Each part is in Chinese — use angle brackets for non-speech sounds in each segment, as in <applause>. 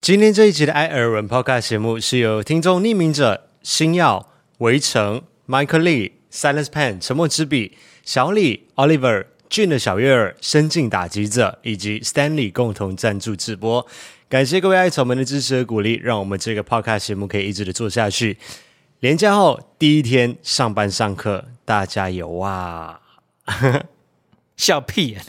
今天这一集的《艾尔文 Podcast》节目是由听众匿名者星耀、围城、Michael Lee、Silence Pen、沉默之笔、小李、Oliver、俊的小月儿、深进打击者以及 Stanley 共同赞助直播。感谢各位艾草们的支持和鼓励，让我们这个 Podcast 节目可以一直的做下去。连假后第一天上班上课，大加油啊！笑屁耶、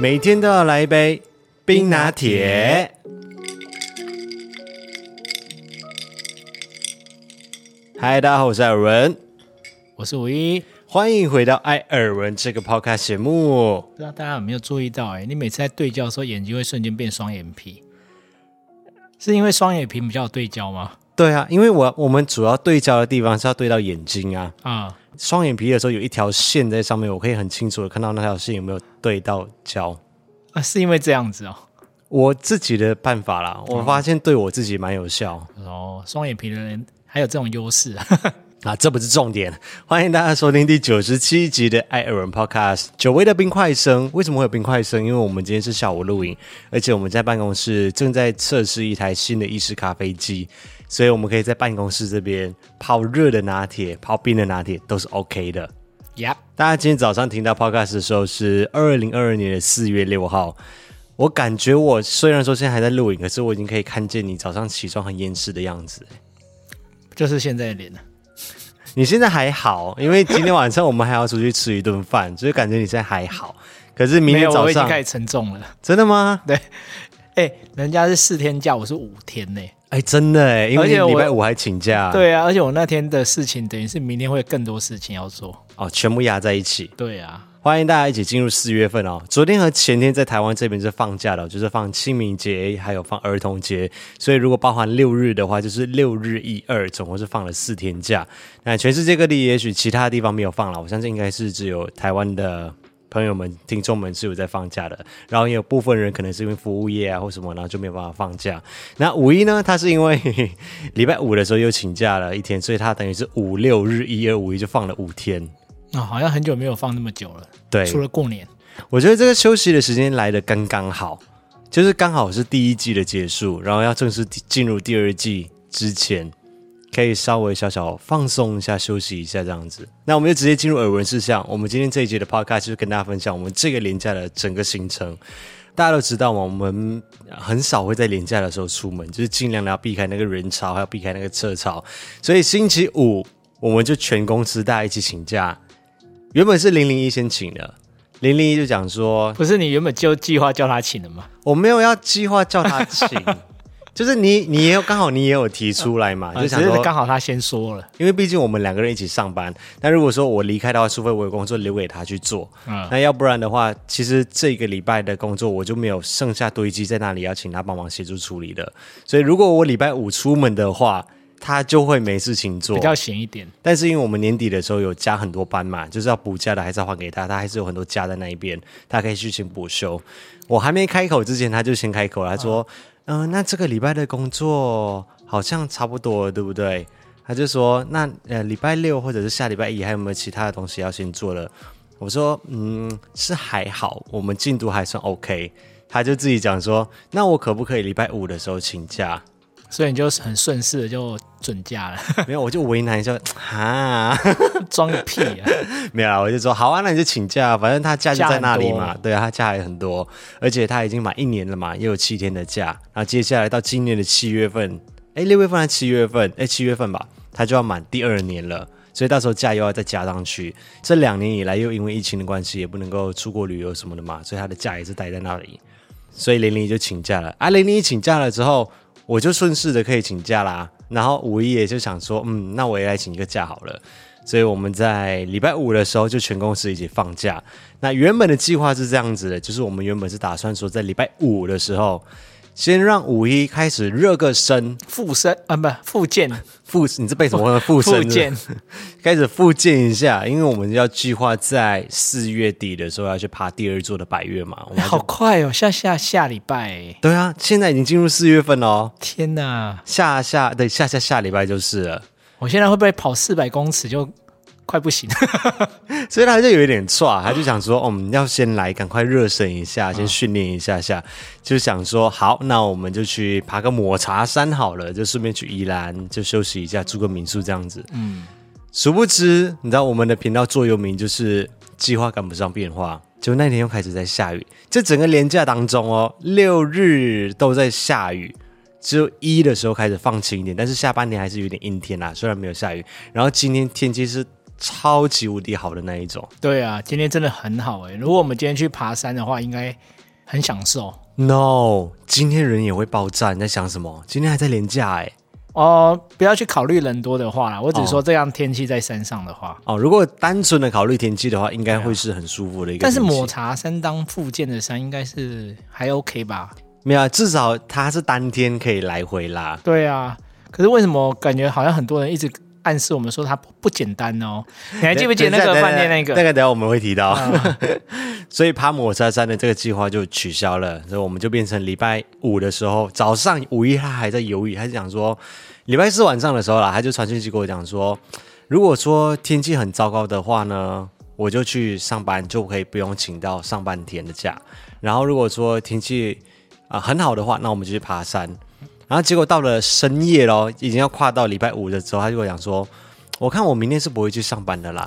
每天都要来一杯冰拿铁。嗨，大家好，我是艾尔文，我是五一，欢迎回到艾尔文这个 podcast 节目。不知道大家有没有注意到、欸？哎，你每次在对焦的时候，眼睛会瞬间变双眼皮，是因为双眼皮比较有对焦吗？对啊，因为我我们主要对焦的地方是要对到眼睛啊。啊、双眼皮的时候有一条线在上面，我可以很清楚的看到那条线有没有对到焦。啊，是因为这样子哦。我自己的办法啦，我发现对我自己蛮有效。哦，双眼皮的人还有这种优势啊。 <laughs> 啊，这不是重点。 <laughs> 欢迎大家收听第九十七集的《爱尔文 Podcast》。久违的冰块声，为什么会有冰块声？因为我们今天是下午录影，而且我们在办公室正在测试一台新的意式咖啡机，所以我们可以在办公室这边泡热的拿铁、泡冰的拿铁都是 OK 的。呀、大家今天早上听到 Podcast 的时候是二零二二年的四月六号。我感觉我虽然说现在还在录影，可是我已经可以看见你早上起床很厌世的样子。就是现在的脸了。啊你现在还好，因为今天晚上我们还要出去吃一顿饭，所以感觉你现在还好。可是明没天有，早我已经上开始沉重了。真的吗？哎、人家是四天假，我是五天呢、哎，真的哎，因而为且我礼拜五还请假，对啊，而且我那天的事情，等于是明天会有更多事情要做。哦，全部压在一起。对啊，欢迎大家一起进入四月份哦。昨天和前天在台湾这边是放假的，哦就是放清明节，还有放儿童节，所以如果包含六日的话，就是六日一二，总共是放了四天假。那全世界各地也许其他地方没有放了，我相信应该是只有台湾的。朋友们、听众们是有在放假的，然后也有部分人可能是因为服务业啊或什么，然后就没有办法放假。那五一呢，他是因为 <laughs> 礼拜五的时候又请假了一天，所以他等于是五六日一二五一就放了五天。那、哦好像很久没有放那么久了，对，除了过年。我觉得这个休息的时间来的刚刚好，就是刚好是第一季的结束，然后要正式进入第二季之前，可以稍微小小放松一下、休息一下这样子。那我们就直接进入耳闻事项。我们今天这一节的 podcast 就是跟大家分享我们这个廉价的整个行程。大家都知道嘛，我们很少会在廉价的时候出门，就是尽量的要避开那个人潮，还要避开那个车潮。所以星期五我们就全公司大家一起请假。原本是零零一先请的，零零一就讲说不是你原本就计划叫他请的吗？我没有要计划叫他 <laughs> 请，就是你你也有刚好你也有提出来嘛，啊就只想是说，刚好他先说了。因为毕竟我们两个人一起上班，但如果说我离开的话，除非我有工作留给他去做，嗯那要不然的话，其实这个礼拜的工作我就没有剩下堆积在那里要请他帮忙协助处理的，所以如果我礼拜五出门的话，他就会没事情做比，较闲一点。但是因为我们年底的时候有加很多班嘛，就是要补假的还是要还给他，他还是有很多假在那一边，他可以去请补休。我还没开口之前，他就先开口了，他说：“嗯、那这个礼拜的工作好像差不多了，对不对？”他就说：“那呃，礼拜六或者是下礼拜一还有没有其他的东西要先做了？”我说：“嗯，是还好，我们进度还算 OK。”他就自己讲说：“那我可不可以礼拜五的时候请假？”所以你就很顺势的就准假了，没有，我就为难一下， <laughs> 哈。装个屁啊！ <laughs> 没有啦，我就说好啊，那你就请假，反正他假就在那里假很嘛。对啊，他假还很多，而且他已经满一年了嘛，也有七天的假。然后接下来到今年的七月份，哎，六月份还是七月份？哎，七月份吧，他就要满第二年了。所以到时候假又要再加上去，这两年以来又因为疫情的关系，也不能够出国旅游什么的嘛，所以他的假也是待在那里。所以零零一就请假了啊。零零一请假了之后，我就顺势的可以请假啦。然后五一也就想说，嗯，那我也来请个假好了。所以我们在礼拜五的时候就全公司一起放假。那原本的计划是这样子的，就是我们原本是打算说在礼拜五的时候，先让五一开始热个身，附身啊，不附件，复你这被什么复附身件呢？开始复健一下，因为我们要计划在四月底的时候要去爬第二座的百越嘛。我们要去 <laughs> 好快哦，下下下礼拜欸，对啊，现在已经进入四月份了哦。天哪！下下对下下下礼拜就是了。我现在会不会跑四百公尺就快不行？所以他就有一点抓，他就想说，哦我们要先来赶快热身一下，先训练一下下，就想说，好，那我们就去爬个抹茶山好了，就顺便去宜兰就休息一下，住个民宿这样子。嗯，殊不知，你知道我们的频道座右铭就是计划赶不上变化。就那天又开始在下雨，这整个连假当中哦，六日都在下雨，只有一的时候开始放晴一点，但是下半天还是有点阴天啦，虽然没有下雨。然后今天天气是超级无敌好的那一种， <laughs> 对啊，今天真的很好哎、如果我们今天去爬山的话，应该很享受 No，今天人也会爆炸。你在想什么？今天还在廉价哎、哦。不要去考虑人多的话啦，我只说这样天气在山上的话。哦，如果单纯的考虑天气的话，应该会是很舒服的一个但天气。是抹茶山当附件的山应该是还 OK 吧？没有啊，至少它是当天可以来回啦。对啊，可是为什么感觉好像很多人一直暗示我们说它不不简单哦？你还还记不记得那个饭店那那个？啊个等一下我们会提到。 <laughs> 所以爬抹茶山的这个计划就取消了，所以我们就变成礼拜五的时候早上，五一他还在犹豫，他就讲说礼拜四晚上的时候啦，他就传讯息给我讲说，如果说天气很糟糕的话呢，我就去上班，就可以不用请到上半天的假。然后如果说天气啊、很好的话，那我们就去爬山。然后结果到了深夜咯，已经要跨到礼拜五的时候，他就跟我讲说：“我看我明天是不会去上班的啦。”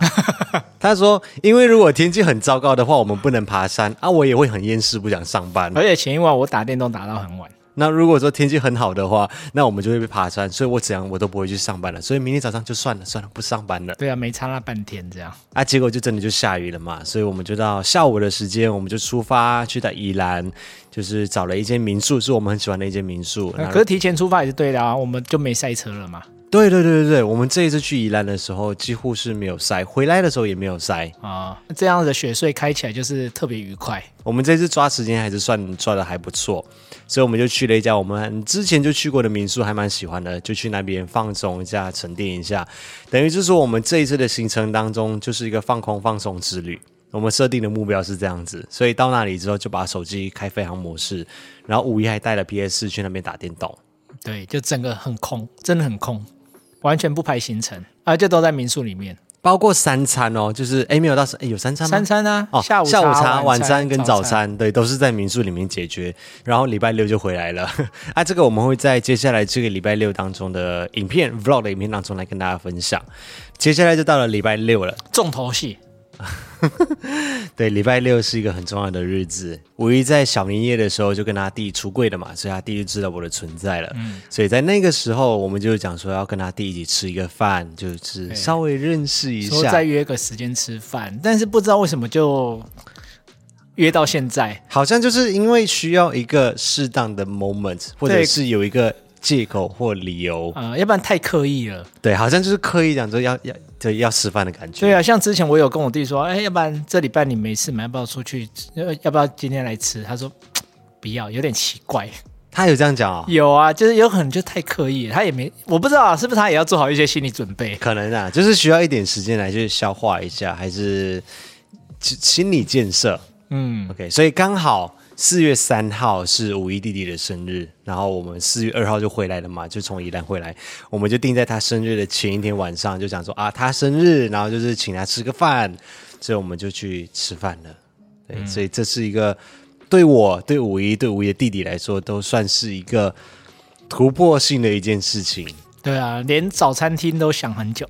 他说：“因为如果天气很糟糕的话，我们不能爬山啊，我也会很厌世，不想上班。而且前一晚我打电动打到很晚，那如果说天气很好的话，那我们就会被爬山，所以我怎样我都不会去上班了。所以明天早上就算了，算了，不上班了。”对啊，没差那半天 <laughs> 这样。啊，结果就真的就下雨了嘛，所以我们就到下午的时间，我们就出发去到宜兰，就是找了一间民宿，是我们很喜欢的一间民宿。呃然后可是提前出发也是对的啊，我们就没塞车了嘛。对对对对对，我们这一次去宜兰的时候几乎是没有塞，回来的时候也没有塞。啊、这样的雪隧开起来就是特别愉快。我们这次抓时间还是算抓的还不错，所以我们就去了一家我们之前就去过的民宿，还蛮喜欢的，就去那边放松一下、沉淀一下。等于就是说，我们这一次的行程当中就是一个放空放松之旅。我们设定的目标是这样子，所以到那里之后就把手机开飞行模式，然后五一还带了 PS 去那边打电动。对，就整个很空，真的很空，完全不排行程，啊，就都在民宿里面。包括三餐哦，就是诶没有到诶有三餐吗三？餐啊，哦，下午下午茶、晚餐跟早早。餐，对，都是在民宿里面解决。然后礼拜六就回来了。 <laughs> 啊，这个我们会在接下来这个礼拜六当中的影片 vlog 的影片当中来跟大家分享。接下来就到了礼拜六了，重头戏，对，礼拜六是一个很重要的日子。五一在小年夜的时候就跟他弟出柜了嘛，所以他弟就知道我的存在了。嗯所以在那个时候，我们就讲说要跟他弟一起吃一个饭，就是稍微认识一说下，再约个时间吃饭，但是不知道为什么就约到现在。好像就是因为需要一个适当的 moment，或者对是有一个借口或理由，呃，要不然太刻意了。对，好像就是刻意讲说要要对要吃饭的感觉。对啊，像之前我有跟我弟说，哎，要不然这礼拜你没事嘛，要不要出去？呃要不要今天来吃？他说不要，有点奇怪。他有这样讲哦，有啊，就是有可能就太刻意了，他也没，我不知道啊，是不是他也要做好一些心理准备？可能啊，就是需要一点时间来去消化一下，还是心心理建设。嗯， OK，所以刚好四月三号是五一弟弟的生日，然后我们四月二号就回来了嘛，就从宜兰回来，我们就定在他生日的前一天晚上，就想说啊，他生日，然后就是请他吃个饭，所以我们就去吃饭了。对，所以这是一个对我、对五一、对五一的弟弟来说，都算是一个突破性的一件事情。对啊，连早餐厅都想 <laughs> 很久，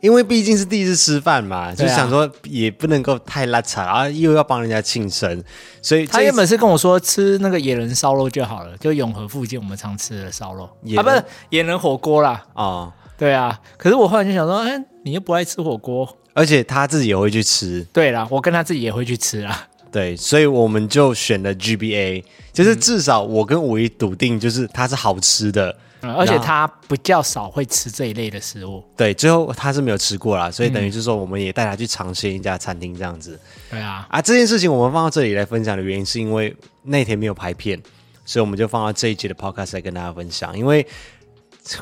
因为毕竟是第一次吃饭嘛，就对啊想说也不能够太拉扯啊，又要帮人家庆生，所以他这一原本是跟我说吃那个野人烧肉就好了，就永和附近我们常吃的烧肉野啊，人不是野人火锅啦，哦，对啊，可是我后来就想说，哎，你又不爱吃火锅，而且他自己也会去吃，对啦，我跟他自己也会去吃啊啦，对，所以我们就选了 GBA，就是至少我跟五一笃定，就是它是好吃的。嗯而且然后他比较少会吃这一类的食物，对，最后他是没有吃过啦，所以嗯等于就是说，我们也带他去尝鲜一家餐厅这样子对啊，啊。这件事情我们放到这里来分享的原因，是因为那天没有拍片，所以我们就放到这一集的 podcast 来跟大家分享，因为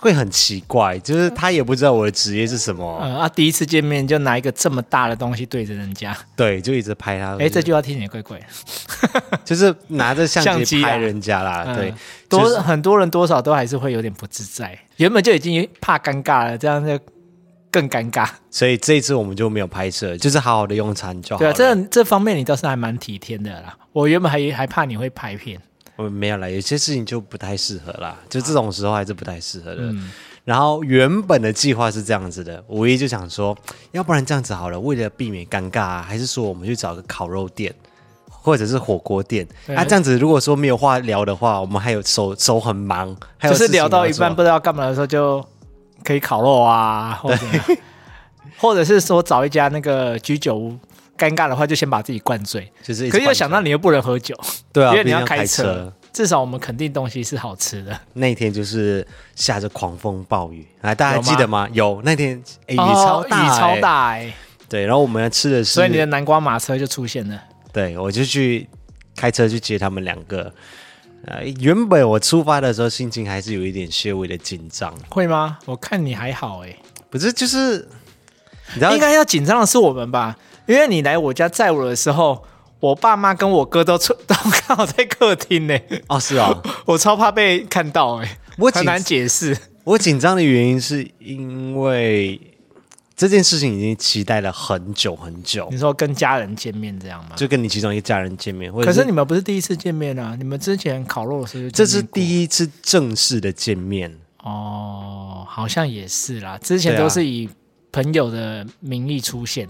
会很奇怪，就是他也不知道我的职业是什么，嗯啊，第一次见面就拿一个这么大的东西对着人家，对，就一直拍他，哎，这句话听起来怪怪的。就是拿着相相机机啊拍人家啦，嗯对，多、就是很多人多少都还是会有点不自在，原本就已经怕尴尬了，这样就更尴尬。所以这一次我们就没有拍摄，就是好好的用餐就好对了。啊，这这方面你倒是还蛮体贴的啦。我原本还还怕你会拍片，我们没有啦，有些事情就不太适合啦，就啊这种时候还是不太适合的。嗯然后原本的计划是这样子的，五一就想说，要不然这样子好了，为了避免尴尬、啊，还是说我们去找个烤肉店。或者是火锅店，对啊，这样子如果说没有话聊的话，我们还有手手很忙，还有就是事情啊聊到要一半做不知道干嘛的时候，就可以烤 <laughs> 肉啊，或者或者是说找一家那个居酒屋。尴尬的话，就先把自己灌醉。就是一直可是又换想到你又不能喝酒，对啊，因为你毕竟要要开车。车至少我们肯定东西是好吃的。那一天就是下着狂风暴雨，啊，大家有吗记得吗？有那天，哎、雨哦超大、雨哎超，大哎、对。然后我们吃的是，所以你的南瓜马车就出现了。对，我就去开车去接他们两个。呃，原本我出发的时候心情还是有一点些微的紧张，会吗？我看你还好哎、不是就是，你知道应该要紧张的是我们吧？因为你来我家载我的时候，我爸妈跟我哥都出都刚好在客厅呢、哦是 <laughs> 哦，我超怕被看到哎、我很紧难解释。我紧张的原因是因为这件事情已经期待了很久很久 <laughs> 你，说跟家人见面这样吗？就跟你其中一个家人见面，或者可是是你们不是第一次见面啊，你们之前烤肉的时候就这是一第一次正式的见面，哦，好像也是啦，之前对啊都是以朋友的名义出现，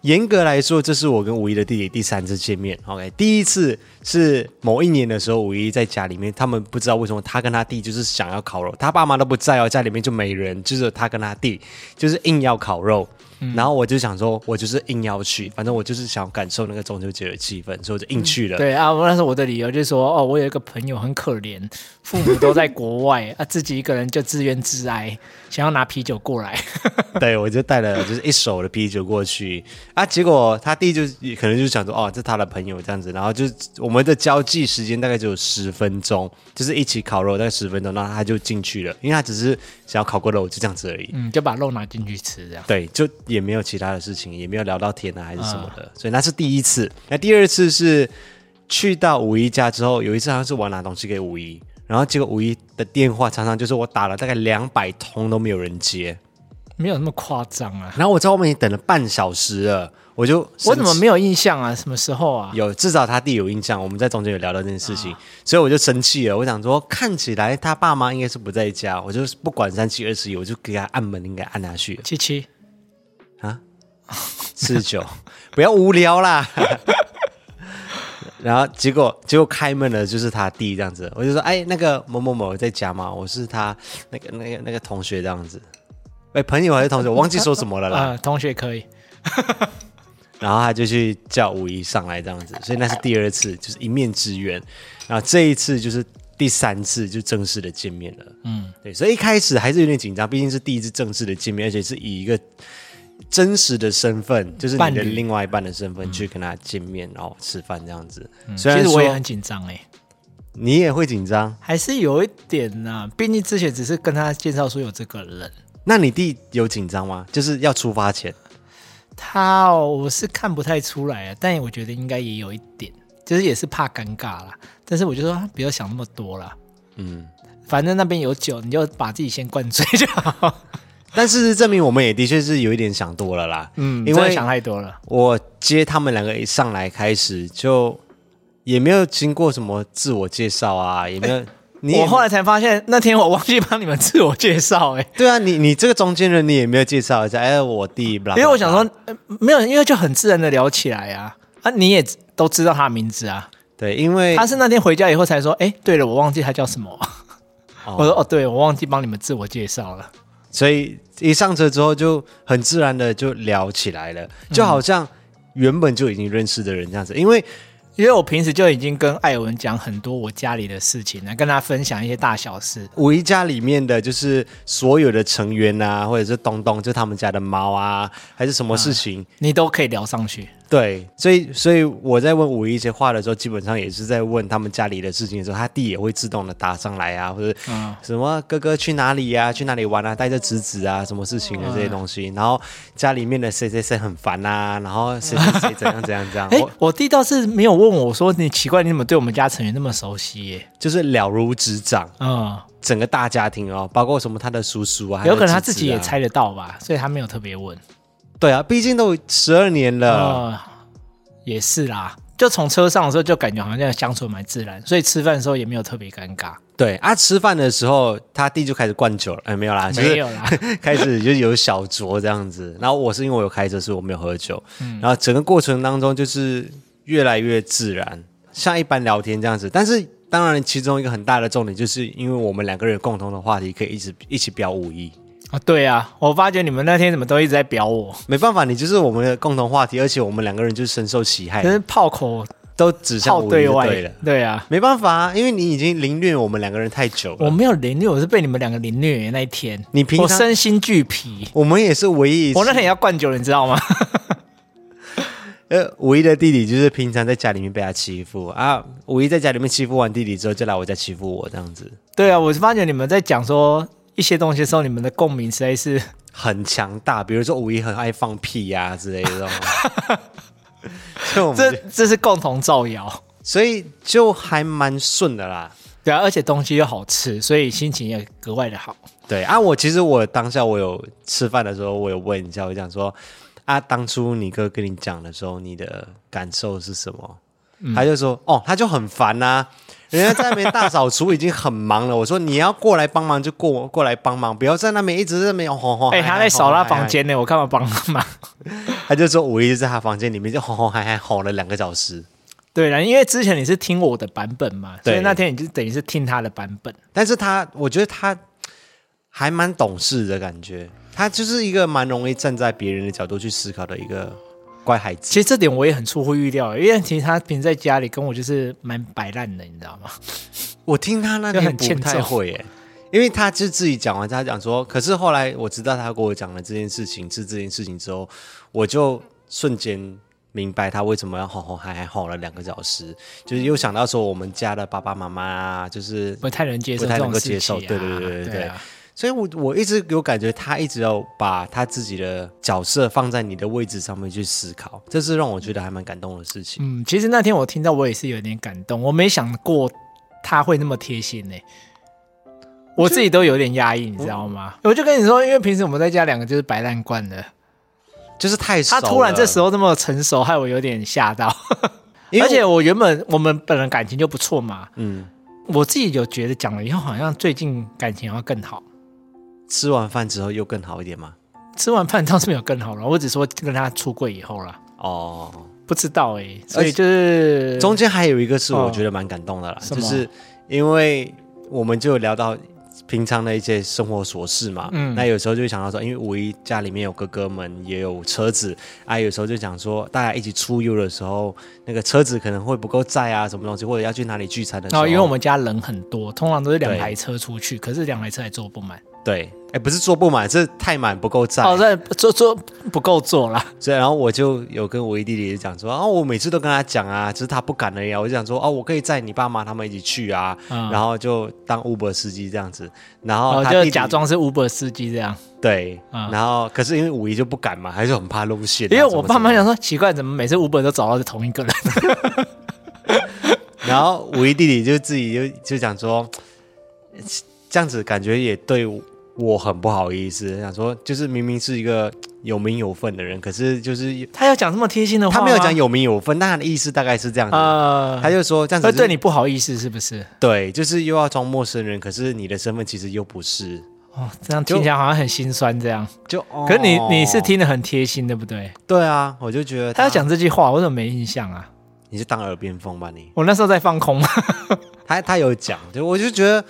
严格来说，这是我跟五一的弟弟第三次见面。OK，第一次是某一年的时候，五一在家里面，他们不知道为什么他跟他弟就是想要烤肉，他爸妈都不在哦，家里面就没人，就是有他跟他弟就是硬要烤肉。然后我就想说，我就是硬要去，反正我就是想感受那个中秋节的气氛，所以我就硬去了。对啊，我那时候我的理由就是说，哦，我有一个朋友很可怜，父母都在国 <laughs> 外啊，自己一个人就自怨自艾，想要拿啤酒过来。 <laughs> <laughs> 对，我就带了就是一手的啤酒过去啊，结果他弟就可能就想说，哦，这他的朋友这样子，然后就我们的交际时间大概只有十分钟，就是一起烤肉大概十分钟，然后他就进去了，因为他只是想要烤过肉，就这样子而已。嗯，就把肉拿进去吃这样。对，就也没有其他的事情，也没有聊到天啊还是什么的，所以那是第一次。那第二次是去到五一家之后，有一次好像是我要拿东西给五一，然后结果五一的电话常常就是我打了大概两百通都没有人接。没有那么夸张啊。然后我在外面等了半小时了，我就我怎么生气没有印象啊？什么时候啊？。有？至少他弟有印象，我们在中间有聊到这件事情，所以我就生气了。我想说，看起来他爸妈应该是不在家，我就是不管三七二十一，我就给他按门铃，给他按下去七七，四十九， <laughs> 不要无聊啦。 <laughs> 然后结果结果开门了，就是他弟这样子，我就说，哎，那个某某某在家吗？我是他那个那个那个同学这样子，哎，朋友还是同学，我忘记说什么了啦。呃，同学可以，然后他就去叫五一上来这样子，所以那是第二次，就是一面之缘。然后这一次就是第三次就正式的见面了，嗯，对，所以一开始还是有点紧张，毕竟是第一次正式的见面，而且是以一个真实的身份，就是你伴的侣嗯另外一半的身份去跟他见面，然后吃饭这样子。虽然其实说我也很紧张哎、你也会紧张，还是有一点呐、毕竟之前只是跟他介绍说有这个人，那你弟有紧张吗？就是要出发前，他哦，我是看不太出来啊，但我觉得应该也有一点，就是也是怕尴尬啦。但是我就说啊不要想那么多啦，嗯，反正那边有酒，你就把自己先灌醉就 <laughs> 好。但事实证明我们也的确是有一点想多了啦，嗯因因为为想太多了。我接他们两个一上来开始就也没有经过什么自我介绍啊，也没有、你也哎我后来才发现，那天我忘记帮你们自我介绍、欸，对啊，你你这个中间人你也没有介绍一下，哎，我弟，blah blah blah，因为我想说，呃没有，因为就很自然的聊起来啊，啊，你也都知道他的名字啊。对，因为他是那天回家以后才说，哎、对了，我忘记他叫什么。哦我说，哦，对，我忘记帮你们自我介绍了。所以一上车之后就很自然的就聊起来了，就好像原本就已经认识的人这样子，因为因为我平时就已经跟艾文讲很多我家里的事情啊，跟他分享一些大小事。五一家里面的就是所有的成员啊，或者是东东，就他们家的猫啊，还是什么事情，你都可以聊上去，对，所以所以我在问五一些话的时候，基本上也是在问他们家里的事情的时候，他弟也会自动的答上来啊，或者嗯什么哥哥去哪里呀、去哪里玩啊，带着侄子啊，什么事情啊这些东西，然后家里面的谁谁谁很烦啊，然后谁谁谁怎样怎样怎样， <laughs> 哎、我我弟倒是没有问我说你奇怪，你怎么对我们家成员那么熟悉耶？就是了如指掌，嗯，整个大家庭哦，包括什么他的叔叔啊，有可能他的侄自子己也啊，猜得到吧，所以他没有特别问。对啊，毕竟都十二年了，呃，也是啦，就从车上的时候就感觉好像相处得蛮自然，所以吃饭的时候也没有特别尴尬，对啊，吃饭的时候他弟就开始灌酒了，哎没有啦，就是没有啦。 <laughs> <laughs> 开始就有小酌这样子。然后我是因为我有开车，所以我没有喝酒。嗯然后整个过程当中就是越来越自然，像一般聊天这样子。但是当然，其中一个很大的重点就是因为我们两个人有共同的话题可以一直一起飙五一。啊，对啊，我发觉你们那天怎么都一直在表我，没办法，你就是我们的共同话题，而且我们两个人就是深受其害可，是炮口都指向炮五一就外，对了。对啊，没办法、啊，因为你已经凌虐我们两个人太久我了。没有凌虐，我是被你们两个凌虐那一天，你平我常身心俱疲，我们也是唯一一次我那天也要灌酒了，你知道吗？ <laughs> 呃，五一的弟弟就是平常在家里面被他欺负啊，五一在家里面欺负完弟弟之后，就来我家欺负我，这样子对啊，我是发觉你们在讲说一些东西的时候，你们的共鸣实在是很强大。比如说五一很爱放屁呀、之类的这种，所以我这们就这是共同造谣，所以就还蛮顺的啦。对啊，而且东西又好吃，所以心情也格外的好。对啊，我其实我当下我有吃饭的时候，我有问一下，我讲说啊，当初你哥跟你讲的时候，你的感受是什么？嗯他就说哦，他就很烦呐、人家在那边大扫除已经很忙了。我说你要过来帮忙就过过来帮忙，不要在那边一直在那边吼吼。哎、嗨他嗨在扫吼他嗨房嗨间呢，我干嘛 <laughs> 帮他忙？他就说五一在他房间里面就吼吼嗨嗨吼了两个小时。对了，因为之前你是听我的版本嘛，所以对那天你就等于是听他的版本。但是他，我觉得他还蛮懂事的感觉，他就是一个蛮容易站在别人的角度去思考的一个乖孩子。其实这点我也很出乎预料，因为其实他平时在家里跟我就是蛮摆烂的，你知道吗？我听他那天不太会耶，因为他就自己讲完，啊他讲说，可是后来我知道他跟我讲了这件事情是这件事情之后，我就瞬间明白他为什么要吼吼嗨嗨吼了两个小时，就是又想到说我们家的爸爸妈妈啊，就是不太能接受不太这能种够事情、啊。接受对对对对对对啊所以我，我一直有感觉，他一直要把他自己的角色放在你的位置上面去思考，这是让我觉得还蛮感动的事情。嗯，其实那天我听到我也是有点感动，我没想过他会那么贴心呢、我自己都有点压抑，你知道吗？我就跟你说，因为平时我们在家两个就是白烂惯的，就是太熟他了突然这时，候那么成熟，害我有点吓到。因为而且我原本我们本人感情就不错嘛，嗯，我自己有觉得讲了以后，好像最近感情要更好。吃完饭之后又更好一点嘛。吃完饭倒是没有更好了，我只说跟他出柜以后啦，哦，不知道哎、所而且以就是中间还有一个是哦我觉得蛮感动的啦，什就么是因为我们就有聊到平常的一些生活琐事嘛，嗯那有时候就会想到说，因为五一家里面有哥哥们，也有车子啊，有时候就想说大家一起出游的时候，那个车子可能会不够载啊，什么东西，或者要去哪里聚餐的时然候，哦后因为我们家人很多，通常都是两对台车出去，可是两台车还坐不满，对，哎，不是坐不满，是太满不够载，哦，这坐坐不够坐啦。所以，然后我就有跟我一弟弟讲说，啊，我每次都跟他讲啊，只是他不敢而已啊。我就想说，哦，我可以载你爸妈他们一起去啊，嗯然后就当 Uber 司机这样子。然后哦，他弟弟、就假装是 Uber 司机这样，对，嗯然后可是因为五一就不敢嘛，还是很怕露馅啊、因为什我么爸妈什么想说奇怪，怎么每次 Uber 都找到是同一个人？然后五一弟弟就自己就就讲说，这样子感觉也对我很不好意思，想说就是明明是一个有名有分的人，可是就是他要讲这么贴心的话他吗，没有讲有名有分，但他的意思大概是这样子。呃，他就说这样子会是对你不好意思是不是？对，就是又要装陌生人，可是你的身份其实又不是。哦，这样听起来好像很心酸这样。就，哦可是你你是听得很贴心，对不对？对啊，我就觉得他要讲这句话，我怎么没印象啊？你是当耳边风吧你。我那时候在放空嘛。他他有讲，就我就觉得，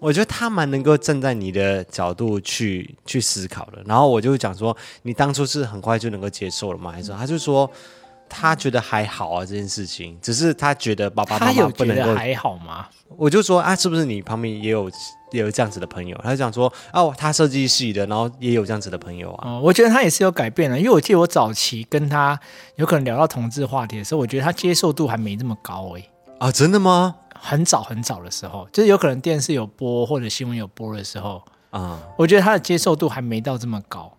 我觉得他蛮能够站在你的角度去去思考的。然后我就讲说，你当初是很快就能够接受了吗？还是他就说。他觉得还好啊，这件事情，只是他觉得爸爸妈他妈有不觉能够得还好吗？我就说啊，是不是你旁边也有也有这样子的朋友？他就讲说哦，他设计系的，然后也有这样子的朋友啊。哦，我觉得他也是有改变的，因为我记得我早期跟他有可能聊到同志话题的时候，我觉得他接受度还没这么高欸诶、啊，真的吗？很早很早的时候，就是有可能电视有播或者新闻有播的时候，啊、我觉得他的接受度还没到这么高。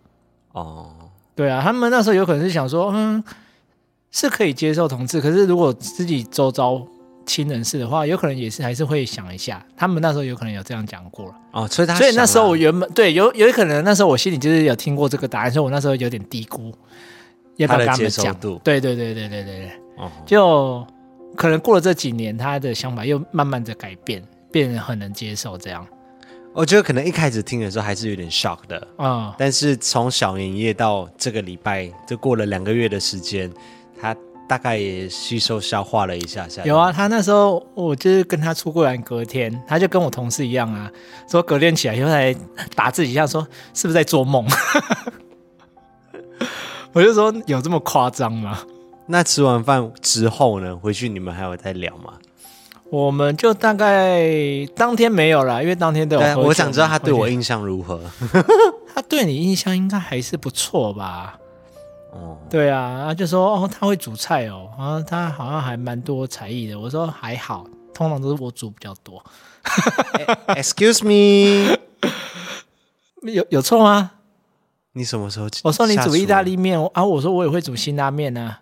哦，对啊，他们那时候有可能是想说，嗯，是可以接受同志，可是如果自己周遭亲人是的话，有可能也是还是会想一下。他们那时候有可能有这样讲过了，哦，所以他所以那时候我想啊原本对有有可能那时候我心里就是有听过这个答案，所以我那时候有点低估要他不的要跟他接们受讲。度对对对对对对对，哦就可能过了这几年，他的想法又慢慢的改变，变得很能接受这样。我觉得可能一开始听的时候还是有点 shock 的，嗯，但是从小年夜到这个礼拜，就过了两个月的时间，他大概也吸收消化了一下下。有啊，他那时候我就是跟他出过来，隔天他就跟我同事一样啊，说隔天起来又来打自己一下，说是不是在做梦？ <laughs> 我就说有这么夸张吗？那吃完饭之后呢，回去你们还有在聊吗？我们就大概当天没有啦，因为当天都有喝对，酒嘛。我想知道他对我回去，印象如何。他对你印象应该还是不错吧？哦，对啊，他就说哦，他会煮菜哦，然后他好像还蛮多才艺的。我说还好，通常都是我煮比较多， Excuse me，有有错吗？你什么时候？ <laughs> 我说你煮意大，利面我啊，我说我也会煮辛拉面啊。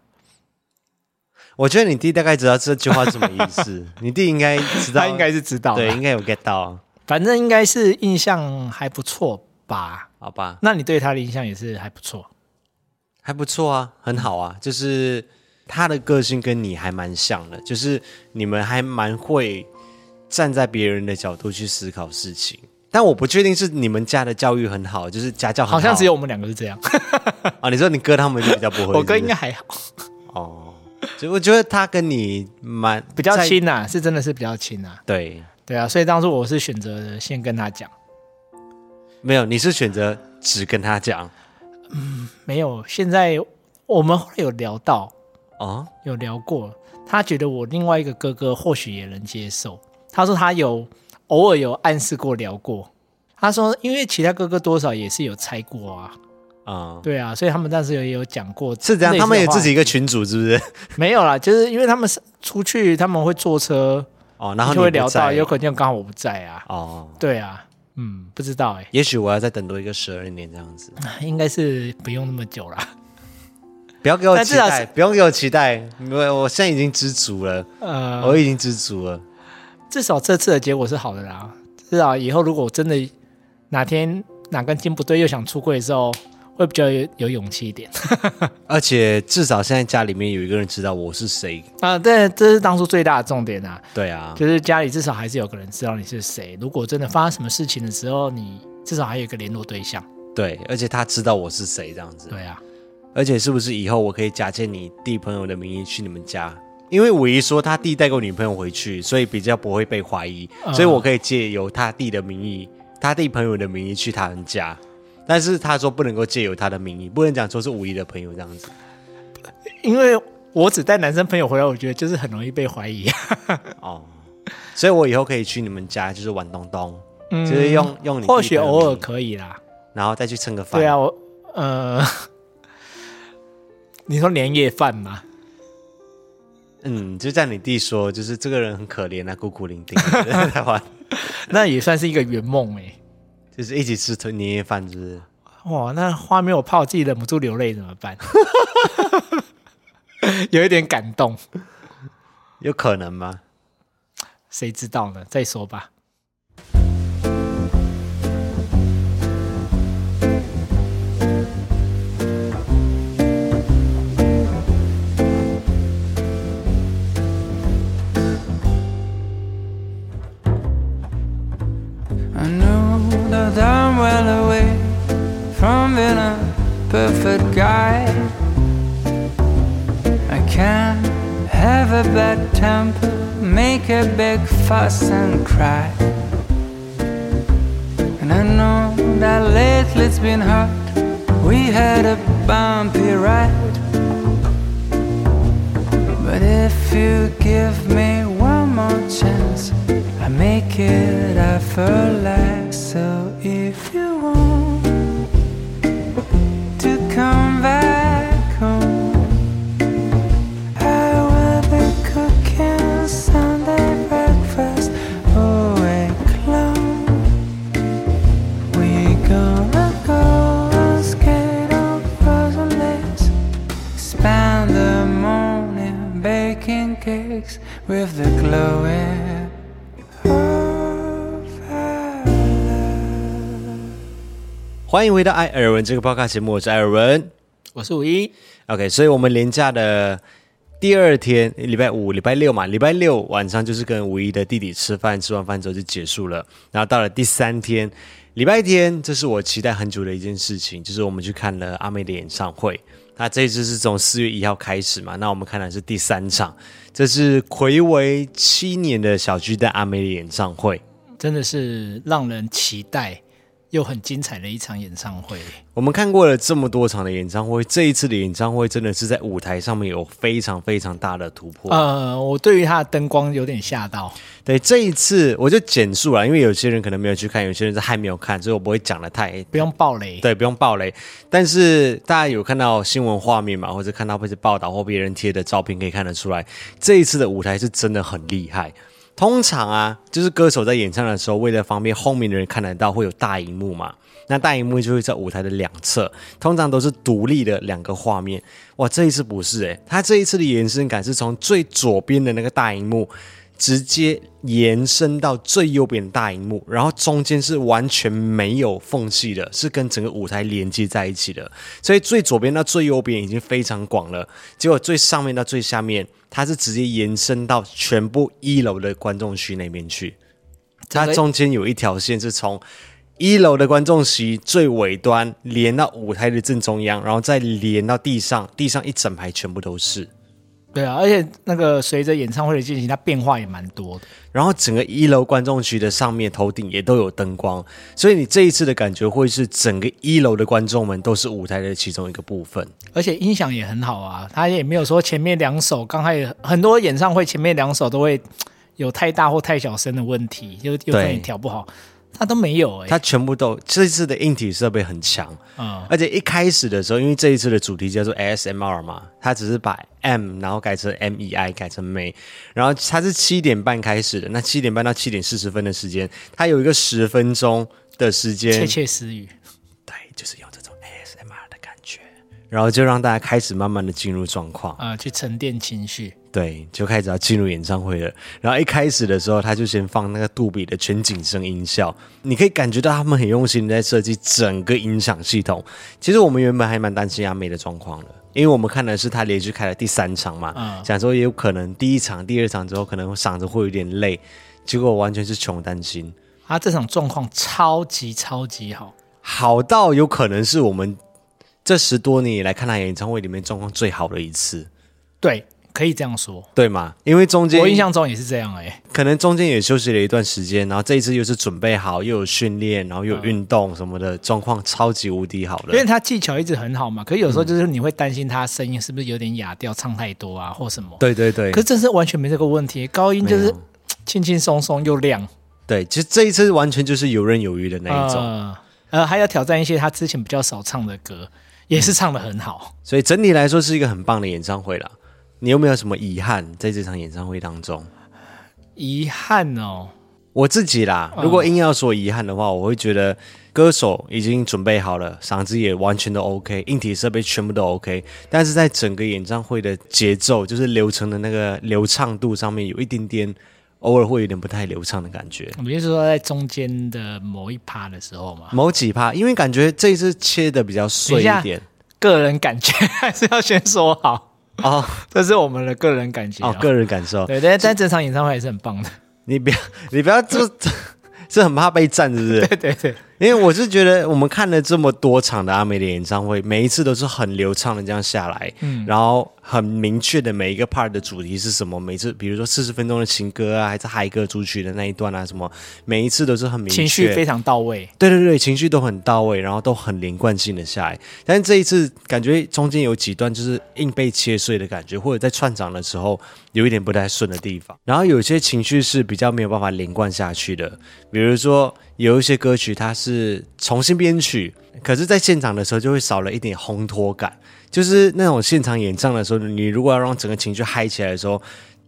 我觉得你弟大概知道这句话什么意 <laughs> 思，你弟应该知道，他应该是知道，对，，应该有 get 到，啊反正应该是印象还不错吧。好吧，那你对他的印象也是还不错，还不错啊，很好啊，嗯就是他的个性跟你还蛮像的，就是你们还蛮会站在别人的角度去思考事情。但我不确定是你们家的教育很好，就是家教很好像只有有我们两个是这样。啊、你说你哥他们就比较不会， <laughs> 我哥是不应是该还好，哦，所以我觉得他跟你蛮比较在，亲啊，是真的是比较亲啊。对，对啊，所以当初我是选择先跟他讲，没有，你是选择只跟他讲没有。现在我们后来有聊到，哦，有聊过，他觉得我另外一个哥哥或许也能接受。他说他有偶尔有暗示过聊过，他说因为其他哥哥多少也是有猜过啊，啊、对啊，所以他们当时有也有讲过类似是的话这题，样，他们有自己一个群组，是不是？没有啦，就是因为他们是出去，他们会坐车，哦，然后你就会不聊到，在有可能就刚好我不在啊，哦，对啊，嗯，不知道哎、也许我要再等多一个十二年这样子，应该是不用那么久啦。不要给我但期至少待，不用给我期待，我我现在已经知足了，呃，我已经知足了。至少这次的结果是好的啦，至少以后如果我真的哪天哪根筋不对又想出柜的时候，会比较有有勇气一点 <laughs> 而且至少现在家里面有一个人知道我是谁，啊。对，这是当初最大的重点啊，对啊，就是家里至少还是有个人知道你是谁。如果真的发生什么事情的时候，你至少还有一个联络对象。对，而且他知道我是谁这样子，对啊，而且是不是以后我可以假借你弟朋友的名义去你们家？因为五一说他弟带过女朋友回去，所以比较不会被怀疑，嗯所以我可以借由他弟的名义，他弟朋友的名义去他们家。但是他说不能够借由他的名义，不能讲说是五一的朋友这样子。因为我只带男生朋友回来，我觉得就是很容易被怀疑。哦，所以我以后可以去你们家，就是玩东东，嗯就是用用 <laughs> 你或许弟朋友的偶尔名义，可以 <laughs> 啦。然后再去蹭个饭。对啊，，我呃， <laughs> 你说年夜饭吗？嗯，就像你弟说，就是这个人很可怜啊，孤苦伶仃， <laughs> 在台湾那也算是一个圆梦哎。就是一起吃团年夜饭，是不是？哇，哦那画面我怕我自己忍不住流泪怎么 <laughs> 办？有一点感动，有可能吗？谁知道呢？再说吧。 I know that I'm well away from being a perfect guy. I can have a bad temper, make a big fuss and cry. And I know that lately it's been hard. We had a bumpy ride. But if you give me one more chance, I make it out for life. So if you want to come back home, I will be cooking Sunday breakfast. Oh, and clown. We gonna go skate on frozen lakes. Spend the morning baking cakes with the glowing of our love. 欢迎回到艾尔文这个 podcast 节目，我是艾尔文。我是五一， OK，所以我们连假的第二天，礼拜五、礼拜六嘛，礼拜六晚上就是跟五一的弟弟吃饭，吃完饭之后就结束了。然后到了第三天，礼拜天，这是我期待很久的一件事情，就是我们去看了阿妹的演唱会。那这一次是从四月一号开始嘛，那我们看的是第三场，这是暌违七年的小巨蛋阿妹的演唱会。真的是让人期待又很精彩的一场演唱会。我们看过了这么多场的演唱会，这一次的演唱会真的是在舞台上面有非常非常大的突破。呃，我对于它的灯光有点吓到，对，这一次我就简述了，因为有些人可能没有去看，有些人是还没有看，所以我不会讲的太不用暴雷。对，不用爆雷。但是大家有看到新闻画面嘛，或者看到或者报道或别人贴的照片，可以看得出来，这一次的舞台是真的很厉害。通常啊，就是歌手在演唱的时候，为了方便后面的人看得到，会有大荧幕嘛。那大荧幕就会在舞台的两侧，通常都是独立的两个画面。哇，这一次不是诶、它这一次的延伸感是从最左边的那个大荧幕直接延伸到最右边的大荧幕，然后中间是完全没有缝隙的，是跟整个舞台连接在一起的。所以最左边到最右边已经非常广了，结果最上面到最下面，它是直接延伸到全部一楼的观众区那边去。它整个中间有一条线是从一楼的观众席最尾端连到舞台的正中央，然后再连到地上，地上一整排全部都是。对啊，而且那个随着演唱会的进行，它变化也蛮多的。然后整个一楼观众区的上面头顶也都有灯光，所以你这一次的感觉会是整个一楼的观众们都是舞台的其中一个部分。而且音响也很好啊，他也没有说前面两首，刚开始很多演唱会前面两首都会有太大或太小声的问题，又又对让你调不好，他都没有哎、它全部都这次的硬体设备很强，嗯，而且一开始的时候，因为这一次的主题叫做 ASMR 嘛，它只是把 M 然后改成 M E I 改成 May，然后它是七点半开始的，那七点半到七点四十分的时间，它有一个十分钟的时间，窃窃私语，对，就是用这种 ASMR 的感觉，然后就让大家开始慢慢的进入状况。啊，去沉淀情绪。对，就开始要进入演唱会了。然后一开始的时候，他就先放那个杜比的全景声音效，你可以感觉到他们很用心的在设计整个音响系统。其实我们原本还蛮担心阿妹的状况的，因为我们看的是她连续开了第三场嘛，嗯想说也有可能第一场、第二场之后可能嗓子会有点累，结果完全是穷担心，他啊这场状况超级超级好，好到有可能是我们这十多年以来看她演唱会里面状况最好的一次，对，可以这样说。对吗？因为中间我印象中也是这样哎、可能中间也休息了一段时间，然后这一次又是准备好，又有训练，然后又有运动什么的，状况超级无敌好因为的。他技巧一直很好嘛，可是有时嗯候就是你会担心他声音是不是有点哑掉，唱太多啊或什么。对对对可，是这是完全没这个问题，高音就是轻轻松松又亮对，其实这一次完全就是游刃有余的那一种，呃，呃还要挑战一些他之前比较少唱的歌，也是唱的很好。所以整体来说是一个很棒的演唱会啦。你有没有什么遗憾在这场演唱会当中？遗憾哦，我自己啦，嗯如果硬要说遗憾的话，我会觉得歌手已经准备好了，嗓子也完全都 OK，硬体设备全部都 OK，但是在整个演唱会的节奏，就是流程的那个流畅度上面，有一点点偶尔会有点不太流畅的感觉。我们就是说在中间的某一趴的时候嘛，某几趴，因为感觉这一次切的比较碎等一下一点个人感觉还是要先说好， <laughs> 哦这是我们的个人感觉、啊哦，个人感受，对，但但这 <laughs> 场演唱会还是很棒的。你不要你不要这是很怕被赞，是不是？对对对，因为我是觉得我们看了这么多场的阿美的演唱会，每一次都是很流畅的这样下来，嗯然后很明确的每一个 part 的主题是什么，每次比如说四十分钟的情歌啊，还是嗨歌主曲的那一段啊，什么，每一次都是很明确，情绪非常到位。对对对，情绪都很到位，然后都很连贯性的下来。但是这一次感觉中间有几段就是硬被切碎的感觉，或者在串场的时候有一点不太顺的地方。然后有些情绪是比较没有办法连贯下去的，比如说有一些歌曲它是重新编曲，可是在现场的时候就会少了一点烘托感。就是那种现场演唱的时候，你如果要让整个情绪嗨起来的时候，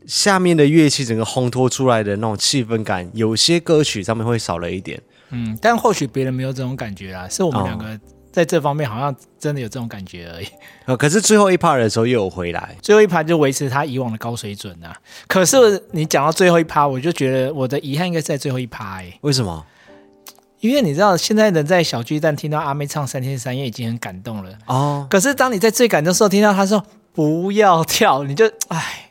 下面的乐器整个烘托出来的那种气氛感，有些歌曲上面会少了一点。嗯，但或许别人没有这种感觉啊，是我们哦两个在这方面好像真的有这种感觉而已。呃，可是最后一 part 的时候又有回来，最后一盘就维持他以往的高水准啊。可是你讲到最后一趴，我就觉得我的遗憾应该是在最后一趴哎、为什么？因为你知道现在人在小巨蛋听到阿妹唱三天三夜已经很感动了，哦，可是当你在最感动的时候听到她说不要跳，你就唉，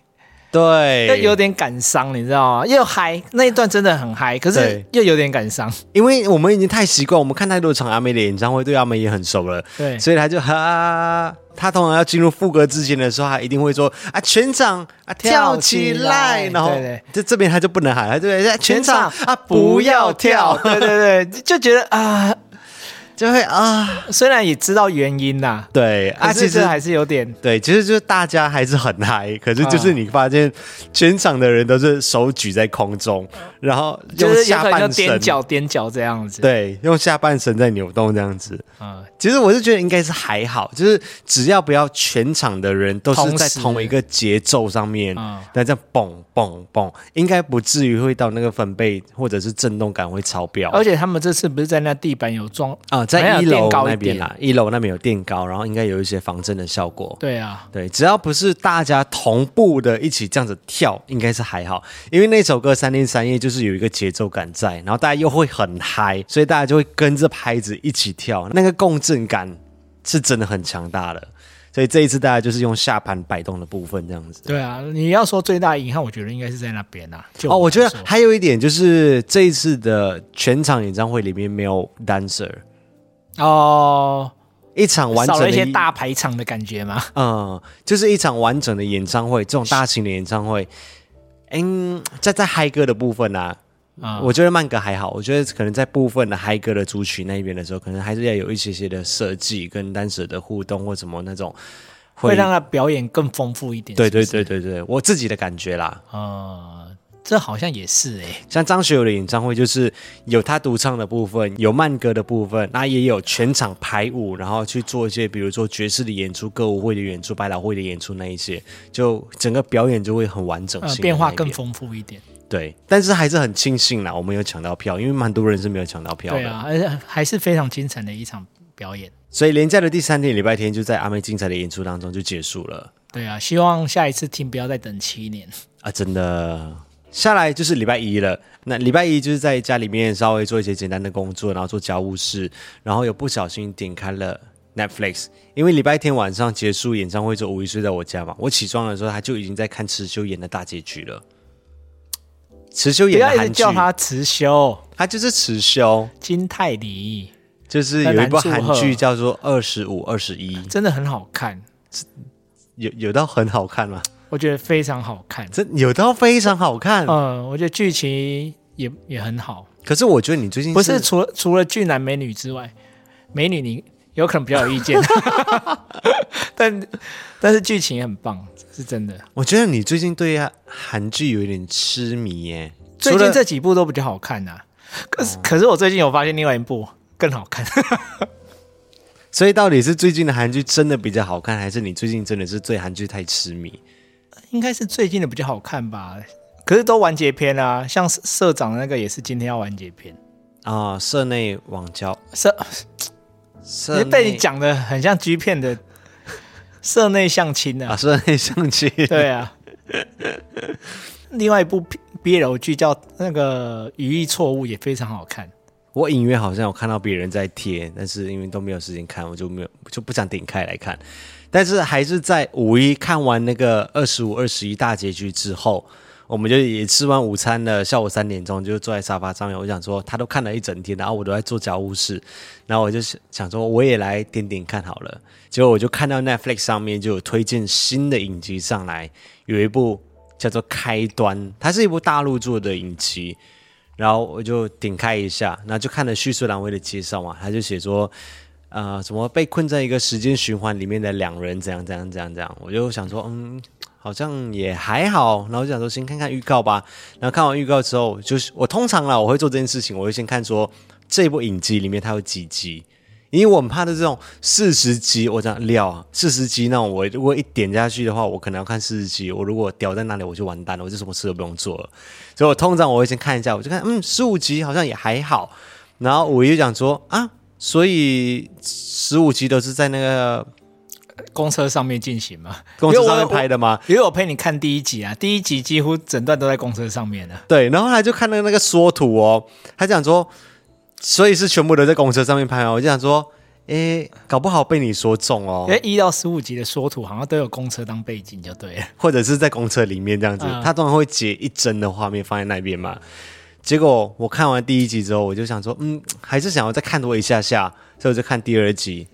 又对，有点感伤，你知道吗？又嗨那一段真的很嗨，可是对又有点感伤。因为我们已经太习惯，我们看太多场阿妹的演唱会，对阿妹也很熟了，对，所以他就哈，他通常要进入副歌之前的时候，他一定会说啊，全场啊跳跳起起来来，然后对对在这边他就不能喊，他就在全场啊不不要要跳跳，，对对对，就觉得啊， <laughs> 就会啊，虽然也知道原因啦，对啊，啊，其其实实还是有点对，其实就是大家还是很嗨，可是就啊是你发现全场的人都是手举在空中，然后就用是有下可能就半踮身，脚踮脚这样子。，对，用下半身在扭动这样子。嗯，其实我是觉得应该是还好，就是只要不要全场的人都是同在时同一个节奏上面嗯，那这样蹦蹦蹦，应该不至于会到那个分贝或者是震动感会超标。而且他们这次不是在那地板有装啊、好像在哦有一垫楼高一那边点啦，一楼那边有垫高，然后应该有一些防震的效果。对啊，对，只要不是大家同步的一起这样子跳，应该是还好，因为那首歌《三天三夜》就是有一个节奏感在，然后大家又会很嗨，所以大家就会跟着拍子一起跳，那个共振感是真的很强大的。所以这一次大家就是用下盘摆动的部分这样子。对啊，你要说最大的遗憾，我觉得应该是在那边啊。就哦，我觉得来说还有一点就是这一次的全场演唱会里面没有 dancer，哦，一场完整少的了一些大排场的感觉嘛。嗯，就是一场完整的演唱会，这种大型的演唱会，嗯，在在嗨歌的部分啊，啊、我觉得慢歌还好，我觉得可能在部分的嗨歌的主曲那边的时候，可能还是要有一些些的设计跟单舌的互动或什么那种，会让他表演更丰富一点。对对是不是，对对对，我自己的感觉啦。呃，这好像也是哎、像张学友的演唱会，就是有他独唱的部分，有慢歌的部分，那也有全场排舞，然后去做一些比如说爵士的演出、歌舞会的演出、百老汇的演出那一些，就整个表演就会很完整呃，性的那一边、变化更丰富一点。对，但是还是很庆幸啦，我们有抢到票，因为蛮多人是没有抢到票的。对啊，而且还是非常精彩的一场表演。所以连假的第三天，礼拜天就在阿妹精彩的演出当中就结束了对啊，希望下一次听不要再等七年。啊！真的，下来就是礼拜一了。那礼拜一就是在家里面稍微做一些简单的工作，然后做家务事，然后有不小心点开了 Netflix，因为礼拜天晚上结束演唱会之后，五一睡在我家嘛，我起床的时候他就已经在看池修演的大结局了。池修不演的要一直韩剧，叫他辞修，他就是池修，金泰梨就是有一部韩那男主赫剧叫做《二十五二十一》，真的很好看，有有到很好看吗？我觉得非常好看。这有到非常好看。嗯，我觉得剧情也也很好，可是我觉得你最近不是除了除了俊男美女之外，美女你有可能比较有意 <laughs> 见，但但是剧情也很棒，是真的。我觉得你最近对韩剧有一点痴迷耶。最除近哦了这几部都比较好看呐、啊可是、可是我最近有发现另外一部更好看，所以到底是最近的韩剧真的比较好看，还是你最近真的是对韩剧太痴迷？ <laughs> 应该是最近的比较好看吧。可是都完结篇啦、啊，像社社长那个也是今天要完结篇。啊、社内网交，社社内被你讲的很像 G 片的社内相亲啊，啊，社内相亲， <laughs> 对啊。另外一部 BL 剧叫那个《语义错误》，也非常好看。我隐约好像有看到别人在贴，但是因为都没有时间看，我就没有就不想点开来看。但是还是在五一看完那个二十五、二十一大结局之后，我们就也吃完午餐了，下午三点钟就坐在沙发上面。我想说，他都看了一整天，然后我都在做家务事，然后我就想说，我也来点点看好了。结果我就看到 Netflix 上面就有推荐新的影集上来，有一部叫做《开端》，它是一部大陆做的影集。然后我就点开一下，那就看了叙述栏位的介绍嘛，他就写说，呃，怎么被困在一个时间循环里面的两人怎样怎样怎样怎样，我就想说，嗯，好像也还好，然后我就想说先看看预告吧，然后看完预告之后，就是我通常啦，我会做这件事情，我会先看说这部影集里面它有几集。因为我很怕的这种四十集，我讲料啊，四十集那我如果一点下去的话，我可能要看四十集，我如果屌在那里，我就完蛋了，我就什么事都不用做了。所以我通常我会先看一下，我就看，嗯，十五集好像也还好。然后我就讲说啊，所以十五集都是在那个公车上面进行嘛，公司上因为面我拍的吗？因为我陪你看第一集啊，第一集几乎整段都在公车上面的、对，然后他就看到那个缩图哦，他讲说，所以是全部都在公车上面拍哦。我就想说，诶，搞不好被你说中哦。因为一到十五集的缩图好像都有公车当背景就对了。或者是在公车里面这样子，嗯他通常会截一帧的画面放在那边嘛。结果我看完第一集之后，我就想说，嗯，还是想要再看多一下下，所以我就看第二集，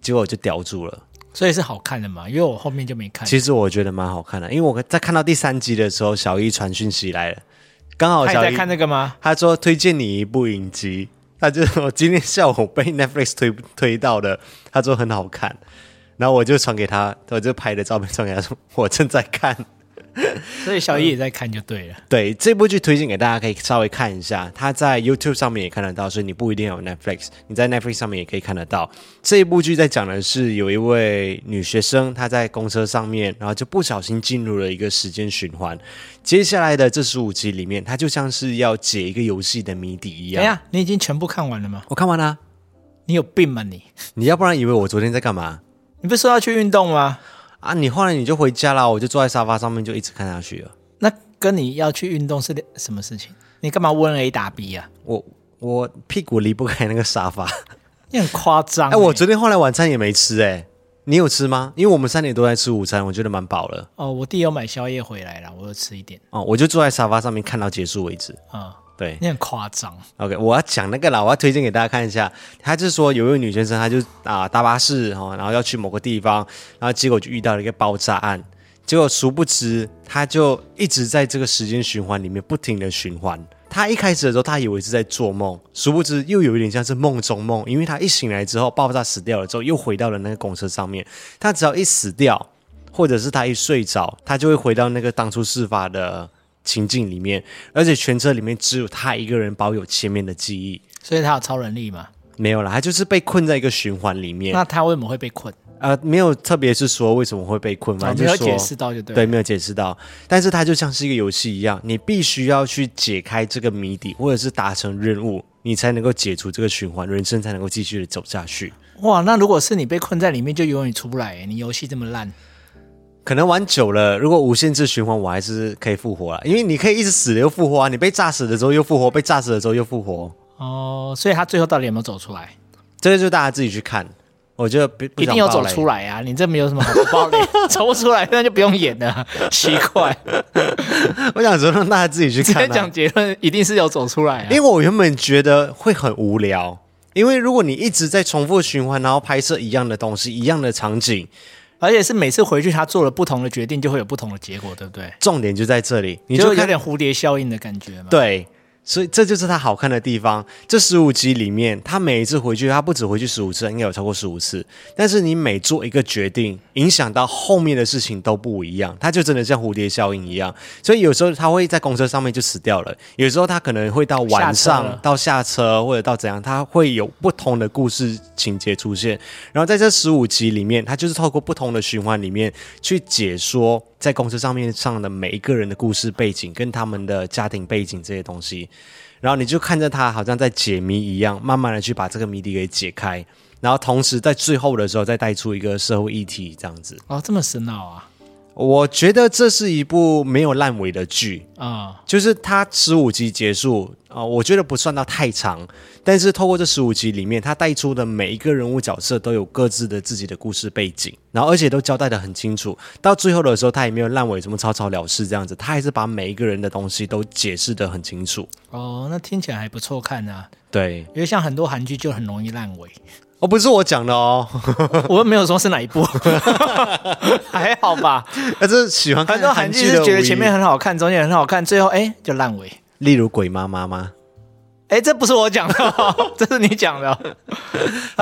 结果我就叼住了。所以是好看的嘛，因为我后面就没看。其实我觉得蛮好看的，因为我在看到第三集的时候，小一传讯息来了，刚好他也小在一看那个吗？他说推荐你一部影集，他就我今天下午被 Netflix 推推到的，他说很好看，然后我就传给他，我就拍的照片传给他说我正在看。所以小一也在看就对了。对这部剧推荐给大家，可以稍微看一下。它在 YouTube 上面也看得到，所以你不一定要有 Netflix，你在 Netflix 上面也可以看得到。这一部剧在讲的是有一位女学生，她在公车上面，然后就不小心进入了一个时间循环。接下来的这十五集里面，她就像是要解一个游戏的谜底一哎样。呀，你已经全部看完了吗？我看完了、你有病吗你？你要不然以为我昨天在干嘛你不是说要去运动吗？啊？你后来你就回家啦，我就坐在沙发上面就一直看下去了。那跟你要去运动是两什么事情？你干嘛问 A 打 B 啊？我我屁股离不开那个沙发。你很夸张、欸哎、我昨天后来晚餐也没吃、哎，你有吃吗？因为我们三点多在吃午餐，我觉得蛮饱了。哦，我弟有买宵夜回来了，我有吃一点哦，我就坐在沙发上面看到结束为止。啊、对你很夸张， ，OK，我要讲那个啦，我要推荐给大家看一下。他是说有一位女学生，她就啊、搭巴士哦，然后要去某个地方，然后结果就遇到了一个爆炸案。结果殊不知，她就一直在这个时间循环里面不停的循环。她一开始的时候，她以为是在做梦，殊不知又有一点像是梦中梦，因为她一醒来之后，爆炸死掉了之后，又回到了那个公车上面。她只要一死掉，或者是他一睡着，他就会回到那个当初事发的情境里面，而且全车里面只有他一个人保有前面的记忆，所以他有超能力嘛？没有啦，他就是被困在一个循环里面那。他为什么会被困？呃，没有特别是说为什么会被困，哦反没正有就说、解释到就对了。对，没有解释到。但是它就像是一个游戏一样，你必须要去解开这个谜底，或者是达成任务，你才能够解除这个循环，人生才能够继续的走下去。哇，那如果是你被困在里面，就永远出不来耶。欸你游戏这么烂，可能玩久了，如果无限制循环，我还是可以复活了，因为你可以一直死了又复活啊，你被炸死了之后又复活，被炸死了之后又复活，哦，所以他最后到底有没有走出来？这个就大家自己去看。我觉得不不一想定有爆走雷出来啊！你这没有什么好不 <laughs> 爆雷，走不出来那就不用演了。奇怪，啊我想说让大家自己去直看、接啊。讲结论，一定是有走出来啊因为！我原本觉得会很无聊，因为如果你一直在重复循环，然后拍摄一样的东西、一样的场景，而且是每次回去他做了不同的决定，就会有不同的结果，对不对？重点就在这里，你就就有看点蝴蝶效应的感觉嘛。，对，所以这就是它好看的地方。这十五集里面，他每一次回去，他不止回去十五次，应该有超过十五次。但是你每做一个决定，影响到后面的事情都不一样，它就真的像蝴蝶效应一样。所以有时候他会在公车上面就死掉了，有时候他可能会到晚下车上了到下车或者到怎样，他会有不同的故事情节出现。然后在这十五集里面，他就是透过不同的循环里面去解说在公车上面上的每一个人的故事背景跟他们的家庭背景这些东西。然后你就看着他好像在解谜一样，慢慢的去把这个谜底给解开，然后同时在最后的时候再带出一个社会议题这样子。哦，这么深奥啊！我觉得这是一部没有烂尾的剧，啊、就是它十五集结束啊、呃我觉得不算到太长，但是透过这十五集里面，它带出的每一个人物角色都有各自的自己的故事背景，然后而且都交代的很清楚。到最后的时候，它也没有烂尾什么草草了事这样子，它还是把每一个人的东西都解释的很清楚。哦，那听起来还不错看啊，对，因为像很多韩剧就很容易烂尾， <laughs> 哦，不是我讲的哦， <laughs> 我又没有说是哪一部， <laughs> 还好吧。那这是喜欢看很多韩韩剧剧的是觉得无疑前面，很好看，中间很好看，最后哎就烂尾。例如《鬼妈妈》吗？哎，这不是我讲的 <laughs> 哦、这是你讲的哦。啊，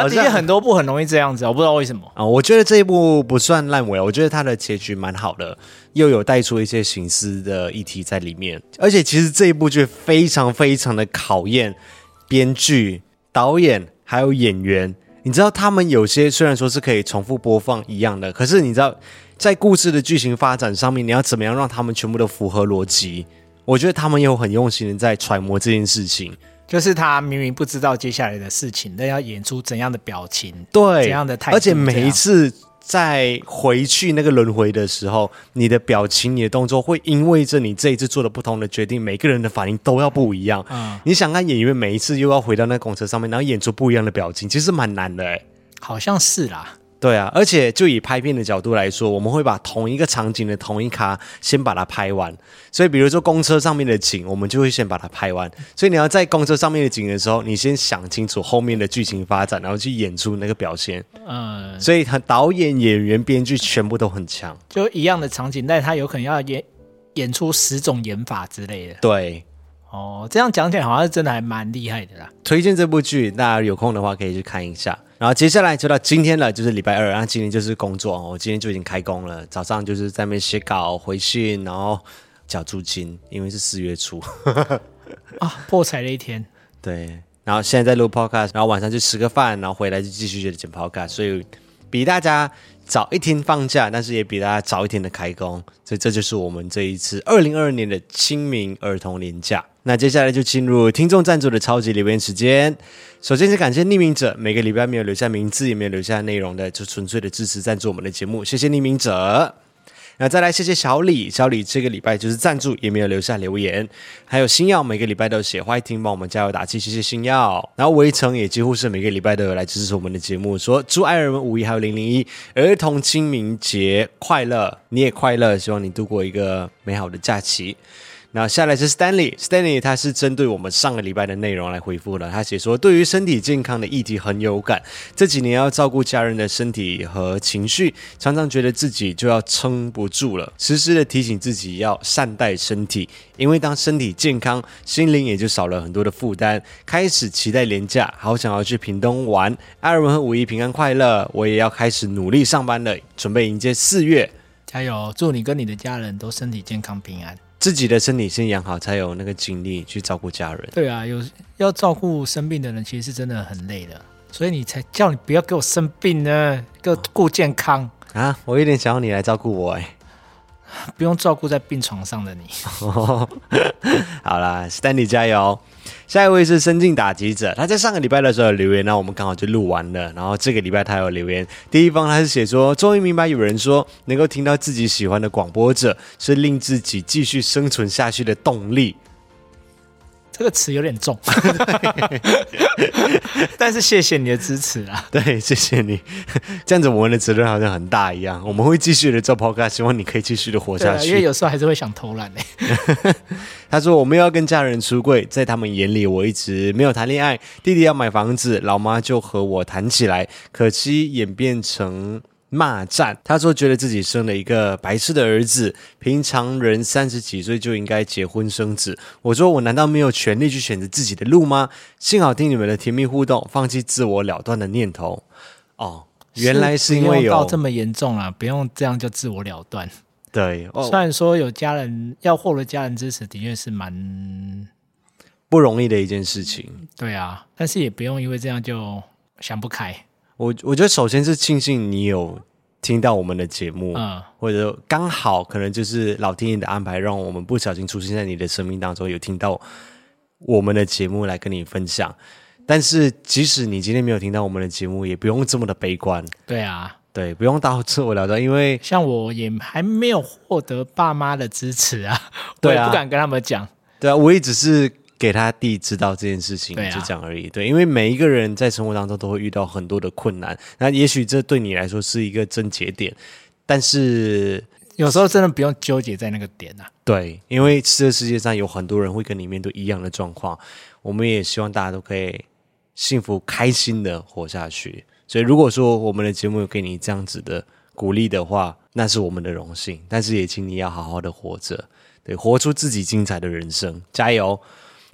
好像的确很多部很容易这样子，我不知道为什么。啊、我觉得这一部不算烂尾，我觉得它的结局蛮好的，又有带出一些形思的议题在里面，而且其实这一部剧非常非常的考验编剧、导演还有演员。你知道他们有些虽然说是可以重复播放一样的，可是你知道在故事的剧情发展上面，你要怎么样让他们全部都符合逻辑？我觉得他们有很用心的在揣摩这件事情。就是他明明不知道接下来的事情，但要演出怎样的表情，对怎样的态度，而且每一这样次在回去那个轮回的时候，你的表情、你的动作会因为着你这一次做的不同的决定，每个人的反应都要不一样。嗯你想看演员每一次又要回到那个公车上面，然后演出不一样的表情，其实蛮难的哎、好像是啦。对啊，而且就以拍片的角度来说，我们会把同一个场景的同一咖先把它拍完。所以，比如说公车上面的景，我们就会先把它拍完。所以，你要在公车上面的景的时候，你先想清楚后面的剧情发展，然后去演出那个表现。嗯，所以他导演、演员、编剧全部都很强。就一样的场景，但是他有可能要演演出十种演法之类的。对，哦，这样讲起来好像是真的还蛮厉害的啦。推荐这部剧，大家有空的话可以去看一下。然后接下来就到今天了，就是礼拜二，然后今天就是工作，哦我今天就已经开工了，早上就是在那边写稿、回信，然后缴租金，因为是四月初。啊，破财的一天，对，然后现在在录 podcast，然后晚上就吃个饭，然后回来就继续接着剪 podcast，所以比大家早一天放假，但是也比大家早一天的开工，所以这就是我们这一次二零二二年的清明儿童年假。那接下来就进入听众赞助的超级留言时间。首先是感谢匿名者，每个礼拜没有留下名字，也没有留下内容的，就纯粹的支持赞助我们的节目，谢谢匿名者。那再来谢谢小李，小李这个礼拜就是赞助，也没有留下留言。还有星耀每个礼拜都有写欢迎听帮我们加油打气，谢谢星耀。然后围城也几乎是每个礼拜都有来支持我们的节目，说祝爱人们五一还有零零一儿童清明节快乐，你也快乐，希望你度过一个美好的假期。那下来是 Stanley，Stanley 他是针对我们上个礼拜的内容来回复了。他写说，对于身体健康的议题很有感，这几年要照顾家人的身体和情绪，常常觉得自己就要撑不住了，时时的提醒自己要善待身体，因为当身体健康，心灵也就少了很多的负担。开始期待廉价，好想要去屏东玩。艾尔文和五一平安快乐，我也要开始努力上班了，准备迎接四月。加油！祝你跟你的家人都身体健康平安。自己的身体先养好，才有那个精力去照顾家人。对啊，有要照顾生病的人，其实是真的很累的，所以你才叫你不要给我生病呢，给我顾健康，啊，我有点想要你来照顾我哎。不用照顾在病床上的你。 <laughs> 好啦，Stanley 加油！下一位是深进打击者，他在上个礼拜的时候有留言，那我们刚好就录完了。然后这个礼拜他有留言，第一方他是写说，终于明白有人说能够听到自己喜欢的广播者，是令自己继续生存下去的动力。 <laughs> 这个词有点重，但是谢谢你的支持啊！对，谢谢你。这样子我们的责任好像很大一样，我们会继续的做 podcast，希望你可以继续的活对下啊，去。因为有时候还是会想偷懒的、他说：“我没有要跟家人出柜，在他们眼里我一直没有谈恋爱。弟弟要买房子，老妈就和我谈起来，可惜演变成骂战。”他说：“觉得自己生了一个白痴的儿子，平常人三十几岁就应该结婚生子。”我说：“我难道没有权利去选择自己的路吗？”幸好听你们的甜蜜互动，放弃自我了断的念头。哦，原来是因不为用到有这么严重啦，不用这样就自我了断。对哦虽，然说有家人要获得家人支持，的确是蛮不容易的一件事情。对啊，但是也不用因为这样就想不开。我我觉得首先是庆幸你有听到我们的节目，嗯或者刚好可能就是老天爷的安排，让我们不小心出现在你的生命当中，有听到我们的节目来跟你分享。但是即使你今天没有听到我们的节目，也不用这么的悲观，对啊，对，不用到自我聊到，因为像我也还没有获得爸妈的支持 <laughs> 啊，我对啊也不敢跟他们讲。对啊，我也只是给他弟知道这件事情，对啊就这样而已。对，因为每一个人在生活当中都会遇到很多的困难，那也许这对你来说是一个症结点，但是有时候真的不用纠结在那个点啊。对，因为这世界上有很多人会跟你面对一样的状况，我们也希望大家都可以幸福开心的活下去。所以，如果说我们的节目有给你这样子的鼓励的话，那是我们的荣幸。但是也请你要好好的活着，对，活出自己精彩的人生，加油！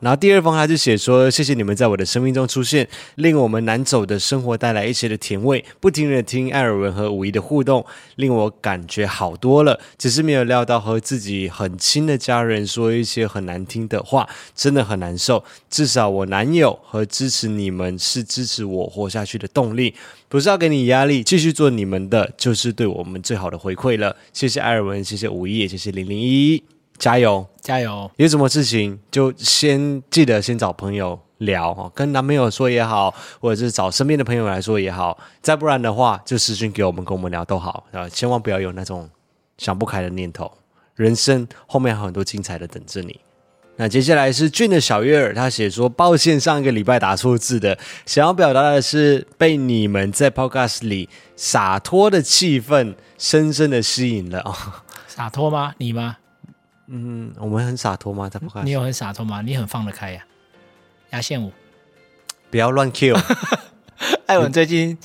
然后第二封他就写说：“谢谢你们在我的生命中出现，令我们难走的生活带来一些的甜味。不停的听艾尔文和五一的互动，令我感觉好多了。只是没有料到和自己很亲的家人说一些很难听的话，真的很难受。至少我男友和支持你们是支持我活下去的动力，不是要给你压力，继续做你们的，就是对我们最好的回馈了。谢谢艾尔文，谢谢五一，也谢谢零零一一，加油！”加油！有什么事情就先记得先找朋友聊哦，跟男朋友说也好，或者是找身边的朋友来说也好，再不然的话就私信给我们，跟我们聊都好啊，千万不要有那种想不开的念头。人生后面还有很多精彩的等着你。那接下来是俊的小月儿，他写说：“抱歉，上一个礼拜打错字的，想要表达的是被你们在 Podcast 里洒脱的气氛深深的吸引了哦。洒脱吗？你吗？嗯，我们很洒脱吗？在 Podcast 你有很洒脱吗？你很放得开呀、啊牙线舞，嗯不要乱 Q。” <laughs> 艾文最近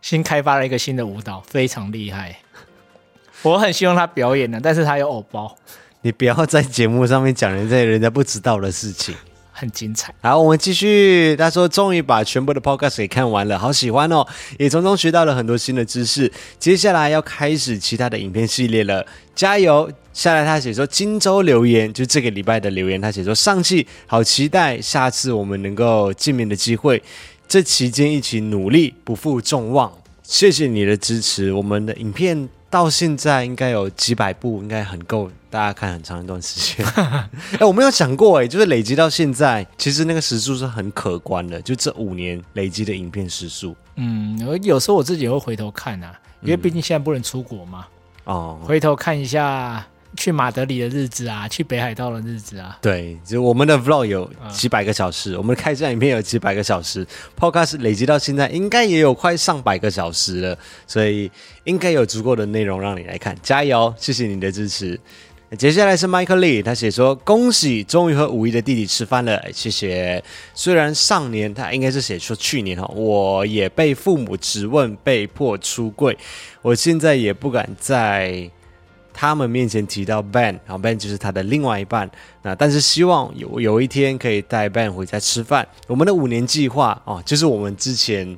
新开发了一个新的舞蹈，非常厉害。我很希望他表演的，但是他有偶包，你不要在节目上面讲人家人家不知道的事情。很精彩。好，我们继续。他说，终于把全部的 podcast 给看完了，好喜欢哦，也从中学到了很多新的知识。接下来要开始其他的影片系列了，加油！下来他写说，荆州留言就这个礼拜的留言，他写说上期好期待下次我们能够见面的机会，这期间一起努力，不负众望。谢谢你的支持，我们的影片到现在应该有几百部，应该很够大家看很长一段时间。哎、我没有想过哎、就是累积到现在，其实那个时数是很可观的，就这五年累积的影片时数嗯，我有时候我自己也会回头看啊，嗯因为毕竟现在不能出国嘛，哦。回头看一下去马德里的日子啊，去北海道的日子啊，对，就我们的 vlog 有几百个小时，我们的开战影片有几百个小时，podcast 累积到现在应该也有快上百个小时了，所以应该有足够的内容让你来看，加油！谢谢你的支持。接下来是 Michael Lee，他写说：“恭喜，终于和五一的弟弟吃饭了，哎谢谢。虽然上年他应该是写说去年哈，我也被父母质问，被迫出柜，我现在也不敢在他们面前提到 Ben，然后 Ben 就是他的另外一半。那但是希望有有一天可以带 Ben 回家吃饭。我们的五年计划哦，就是我们之前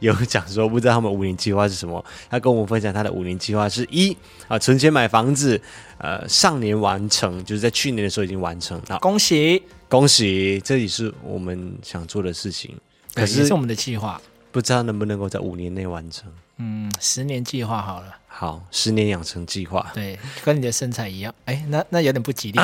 有讲说，不知道他们五年计划是什么。他跟我们分享他的五年计划是一啊、存钱买房子，呃，上年完成，就是在去年的时候已经完成。啊，恭喜！恭喜，这也是我们想做的事情。可也是是我们的计划，不知道能不能够在五年内完成。嗯，十年计划好了，好，十年养成计划。对，跟你的身材一样，哎，那那有点不啊吉利，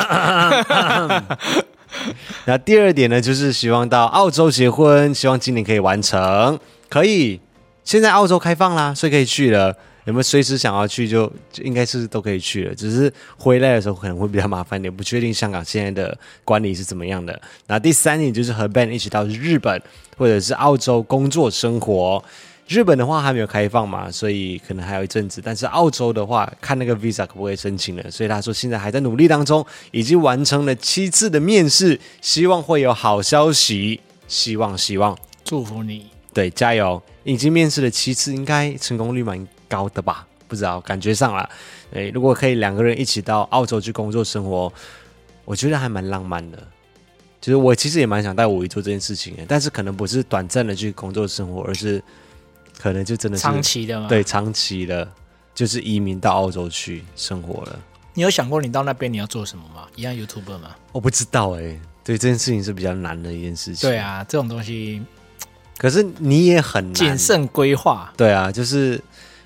那第二点呢，就是希望到澳洲结婚，希望今年可以完成，可以。现在澳洲开放啦，所以可以去了。有没有随时想要去就就应该是都可以去了，只是回来的时候可能会比较麻烦一点，不确定香港现在的管理是怎么样的。那第三点就是和 Ben 一起到日本或者是澳洲工作生活。日本的话还没有开放嘛，所以可能还有一阵子。但是澳洲的话，看那个 visa 可不可以申请了。所以他说现在还在努力当中，已经完成了七次的面试，希望会有好消息。希望，希望，祝福你。对，加油！已经面试了七次，应该成功率蛮高的吧？不知道，感觉上啦。诶，如果可以两个人一起到澳洲去工作生活，我觉得还蛮浪漫的。就是我其实也蛮想带五一做这件事情的，但是可能不是短暂的去工作生活，而是可能就真的是长期的嘛。，对长期的，就是移民到澳洲去生活了。你有想过你到那边你要做什么吗？一样 YouTuber 吗？我不知道诶，对这件事情是比较难的一件事情。对，啊，这种东西可是你也很难谨慎规划，对啊，就是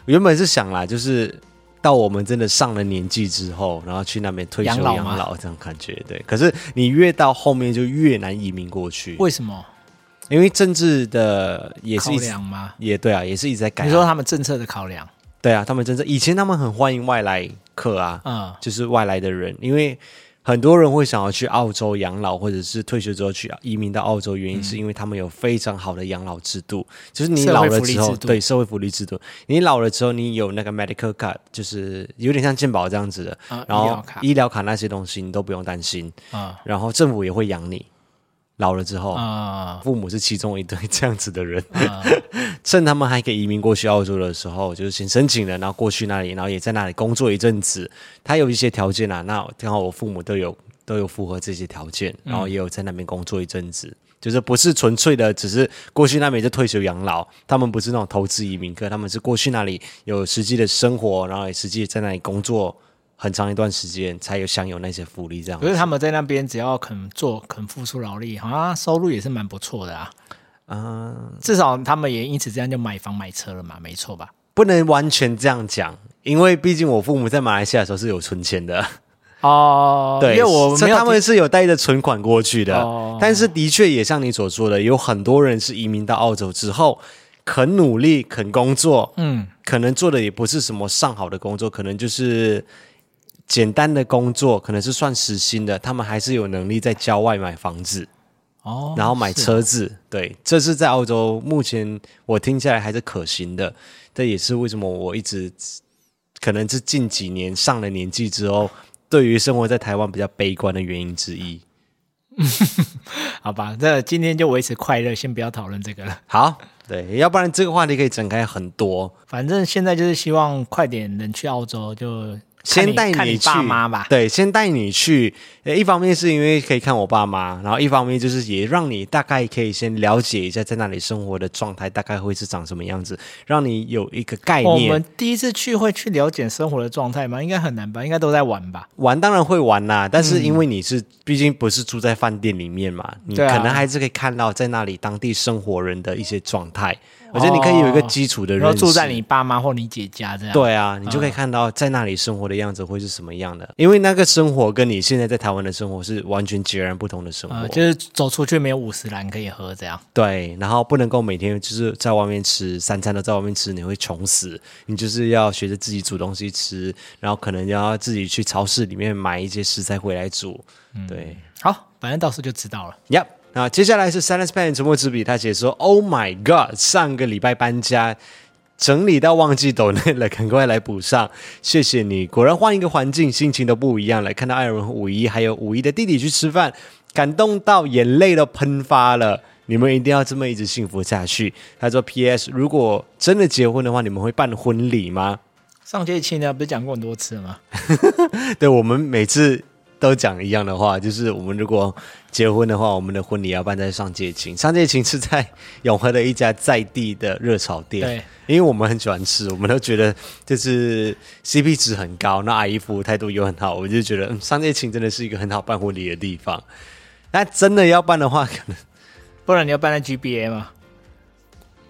原本是想啦，就是到我们真的上了年纪之后，然后去那边退休养养老老吗这样感觉。对，可是你越到后面就越难移民过去，为什么因为政治的也考是一直量吗？也对啊，也是一直在改啊。你说他们政策的考量，对啊，他们真正以前他们很欢迎外来客啊，嗯，就是外来的人，因为很多人会想要去澳洲养老，或者是退休之后去移民到澳洲，原因是因为他们有非常好的养老制度，就是你嗯社会老了福利之后制，度对社会福利制度，你老了之后你有那个 medical card，就是有点像健保这样子的，啊然医后疗卡医疗卡那些东西你都不用担心，啊然后政府也会养你，老了之后。啊父母是其中一对这样子的人，啊！ <laughs> 趁他们还可以移民过去澳洲的时候，就是先申请了，然后过去那里，然后也在那里工作一阵子。他有一些条件啊，那刚好我父母都有都有符合这些条件，然后也有在那边工作一阵子。就是不是纯粹的，只是过去那边就退休养老，他们不是那种投资移民客，他们是过去那里有实际的生活，然后也实际在那里工作很长一段时间，才有享有那些福利这样可。是他们在那边只要肯做、肯付出劳力，好像收入也是蛮不错的啊。啊、至少他们也因此这样就买房买车了嘛，没错吧？不能完全这样讲，因为毕竟我父母在马来西亚的时候是有存钱的。哦，对，因为我所没以有他们是有带着存款过去的，哦但是的确也像你所说的，有很多人是移民到澳洲之后，肯努力、肯工作，嗯可能做的也不是什么上好的工作，可能就是简单的工作，可能是算时薪的，他们还是有能力在郊外买房子，哦，然后买是车子，对，这是在澳洲目前我听下来还是可行的，这也是为什么我一直可能是近几年上了年纪之后，对于生活在台湾比较悲观的原因之一。好吧，这今天就维持快乐，先不要讨论这个了。好，对，要不然这个话题可以展开很多。反正现在就是希望快点能去澳洲，就看先带看你去爸妈吧。对，先带你去。呃，一方面是因为可以看我爸妈，然后一方面就是也让你大概可以先了解一下在那里生活的状态大概会是长什么样子，让你有一个概哦我念们。第一次去会去了解生活的状态吗？应该很难吧？应该都在玩吧？玩当然会玩啦，但嗯是因为你是、毕竟不是住在饭店里面嘛，你对可啊能还是可以看到在那里当地生活人的一些状态。我觉得你可以有一个基础的哦然认后识，住在你爸妈或你姐家这样。，对啊，嗯你就可以看到在那里生活的样子会是什么样的，因为那个生活跟你现在在台湾的生活是完全截然不同的生活。呃，就是走出去没有五十兰可以喝这样。对，然后不能够每天就是在外面吃，三餐都在外面吃，你会穷死。你就是要学着自己煮东西吃，然后可能要自己去超市里面买一些食材回来煮。嗯对好，反正到时候就知道了。 ，Yep。那接下来是 Silence Pen 沉默之笔，他写说：“Oh my God，上个礼拜搬家。”整理到忘记抖内了，赶快来补上，谢谢你。果然换一个环境，心情都不一样了。看到艾伦和五一还有五一的弟弟去吃饭，感动到眼泪都喷发了。你们一定要这么一直幸福下去。他说：“P.S. 如果真的结婚的话，你们会办婚礼吗上学期呢，不是讲过很多次了吗？？”对我们每次都讲一样的话，就是我们如果结婚的话，我们的婚礼要办在上界情。上界情是在永和的一家在地的热炒店。对，因为我们很喜欢吃，我们都觉得就是 CP 值很高，那阿姨服务态度又很好，我就觉得嗯，商界情真的是一个很好办婚礼的地方。那真的要办的话，可能不然你要搬在 GBA 嘛？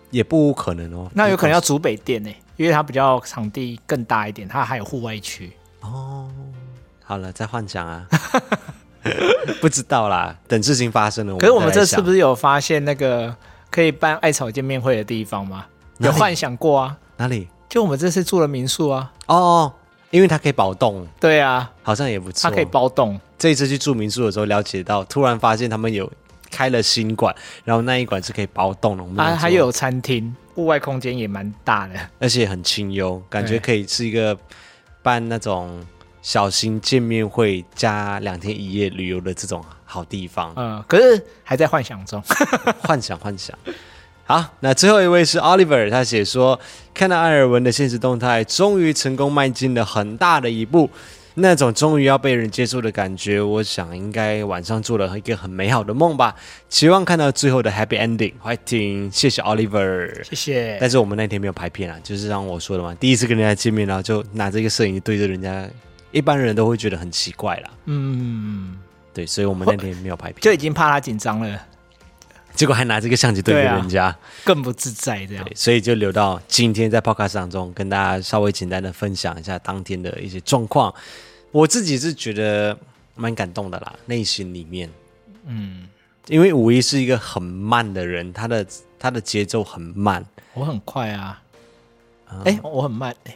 也不无可能哦。那有可能要主北店呢、因为它比较场地更大一点，它还有户外区。好了，再幻想啊， <laughs> 不知道啦，等事情发生了。可是我们这次不是是有发现那个可以办艾草见面会的地方吗？哪有里幻想过啊？哪里？就我们这次住的民宿啊，哦哦，因为它可以保冻，对啊，好像也不错。它可以包栋，这一次去住民宿的时候了解到，突然发现他们有开了新馆，然后那一馆是可以包冻的。我们啊，想说还有餐厅，户外空间也蛮大的。而且很清幽，感觉对可以是一个办那种小型见面会加两天一夜旅游的这种好地方。呃，可是还在幻想中。幻想，幻想。好，那最后一位是 Oliver，他写说，看到艾尔文的现实动态，终于成功迈进了很大的一步，那种终于要被人接受的感觉，我想应该晚上做了一个很美好的梦吧，期望看到最后的 happy ending。fighting，谢谢 Oliver。谢谢。但是我们那天没有拍片啊，就是像我说的嘛，第一次跟人家见面，然后就拿着一个摄影机对着人家，一般人都会觉得很奇怪啦。嗯，对，所以我们那天没有拍就片，已经怕他紧张了，结果还拿这个相机对着对啊人家，更不自在这样。对所以就留到今天在 podcast 当中跟大家稍微简单的分享一下当天的一些状况。我自己是觉得蛮感动的啦，内心里面，嗯，因为五一是一个很慢的人，他的他的节奏很慢，我很快啊，哎、我很慢，哎、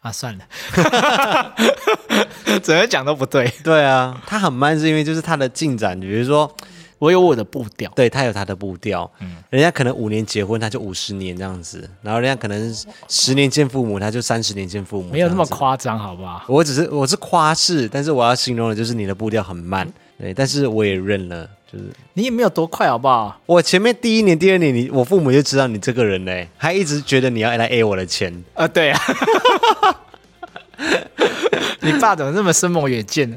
啊，算了， <laughs> 怎么讲都不对，对啊，他很慢是因为就是他的进展，比如说，我有我的步调。对他有他的步调，嗯人家可能五年结婚，他就五十年这样子，然后人家可能十年见父母，他就三十年见父母，没有那么这样子夸张，好不好？我只是我是夸饰，但是我要形容的就是你的步调很慢，对，但是我也认了，就是你也没有多快，好不好？我前面第一年、第二年，你我父母就知道你这个人嘞、还一直觉得你要来 A 我的钱，啊，对啊， <laughs> 你爸怎么这么深谋远见呢？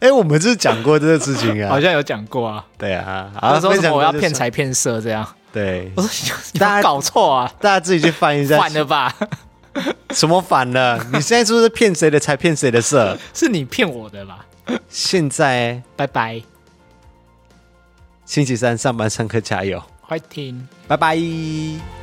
哎、我们是讲过这个事情 <laughs> 好啊，像有讲过啊，对啊，他说分什享么过我要就骗算，财骗色这样，对，我说 <laughs> 你有大家搞错 <laughs> 啊，大家自己去翻一下， <laughs> 反了吧？什么反了？你现在是不是骗谁的财骗谁的色？是你骗我的啦，现在拜拜，星期三上班上课加油，快听。拜拜。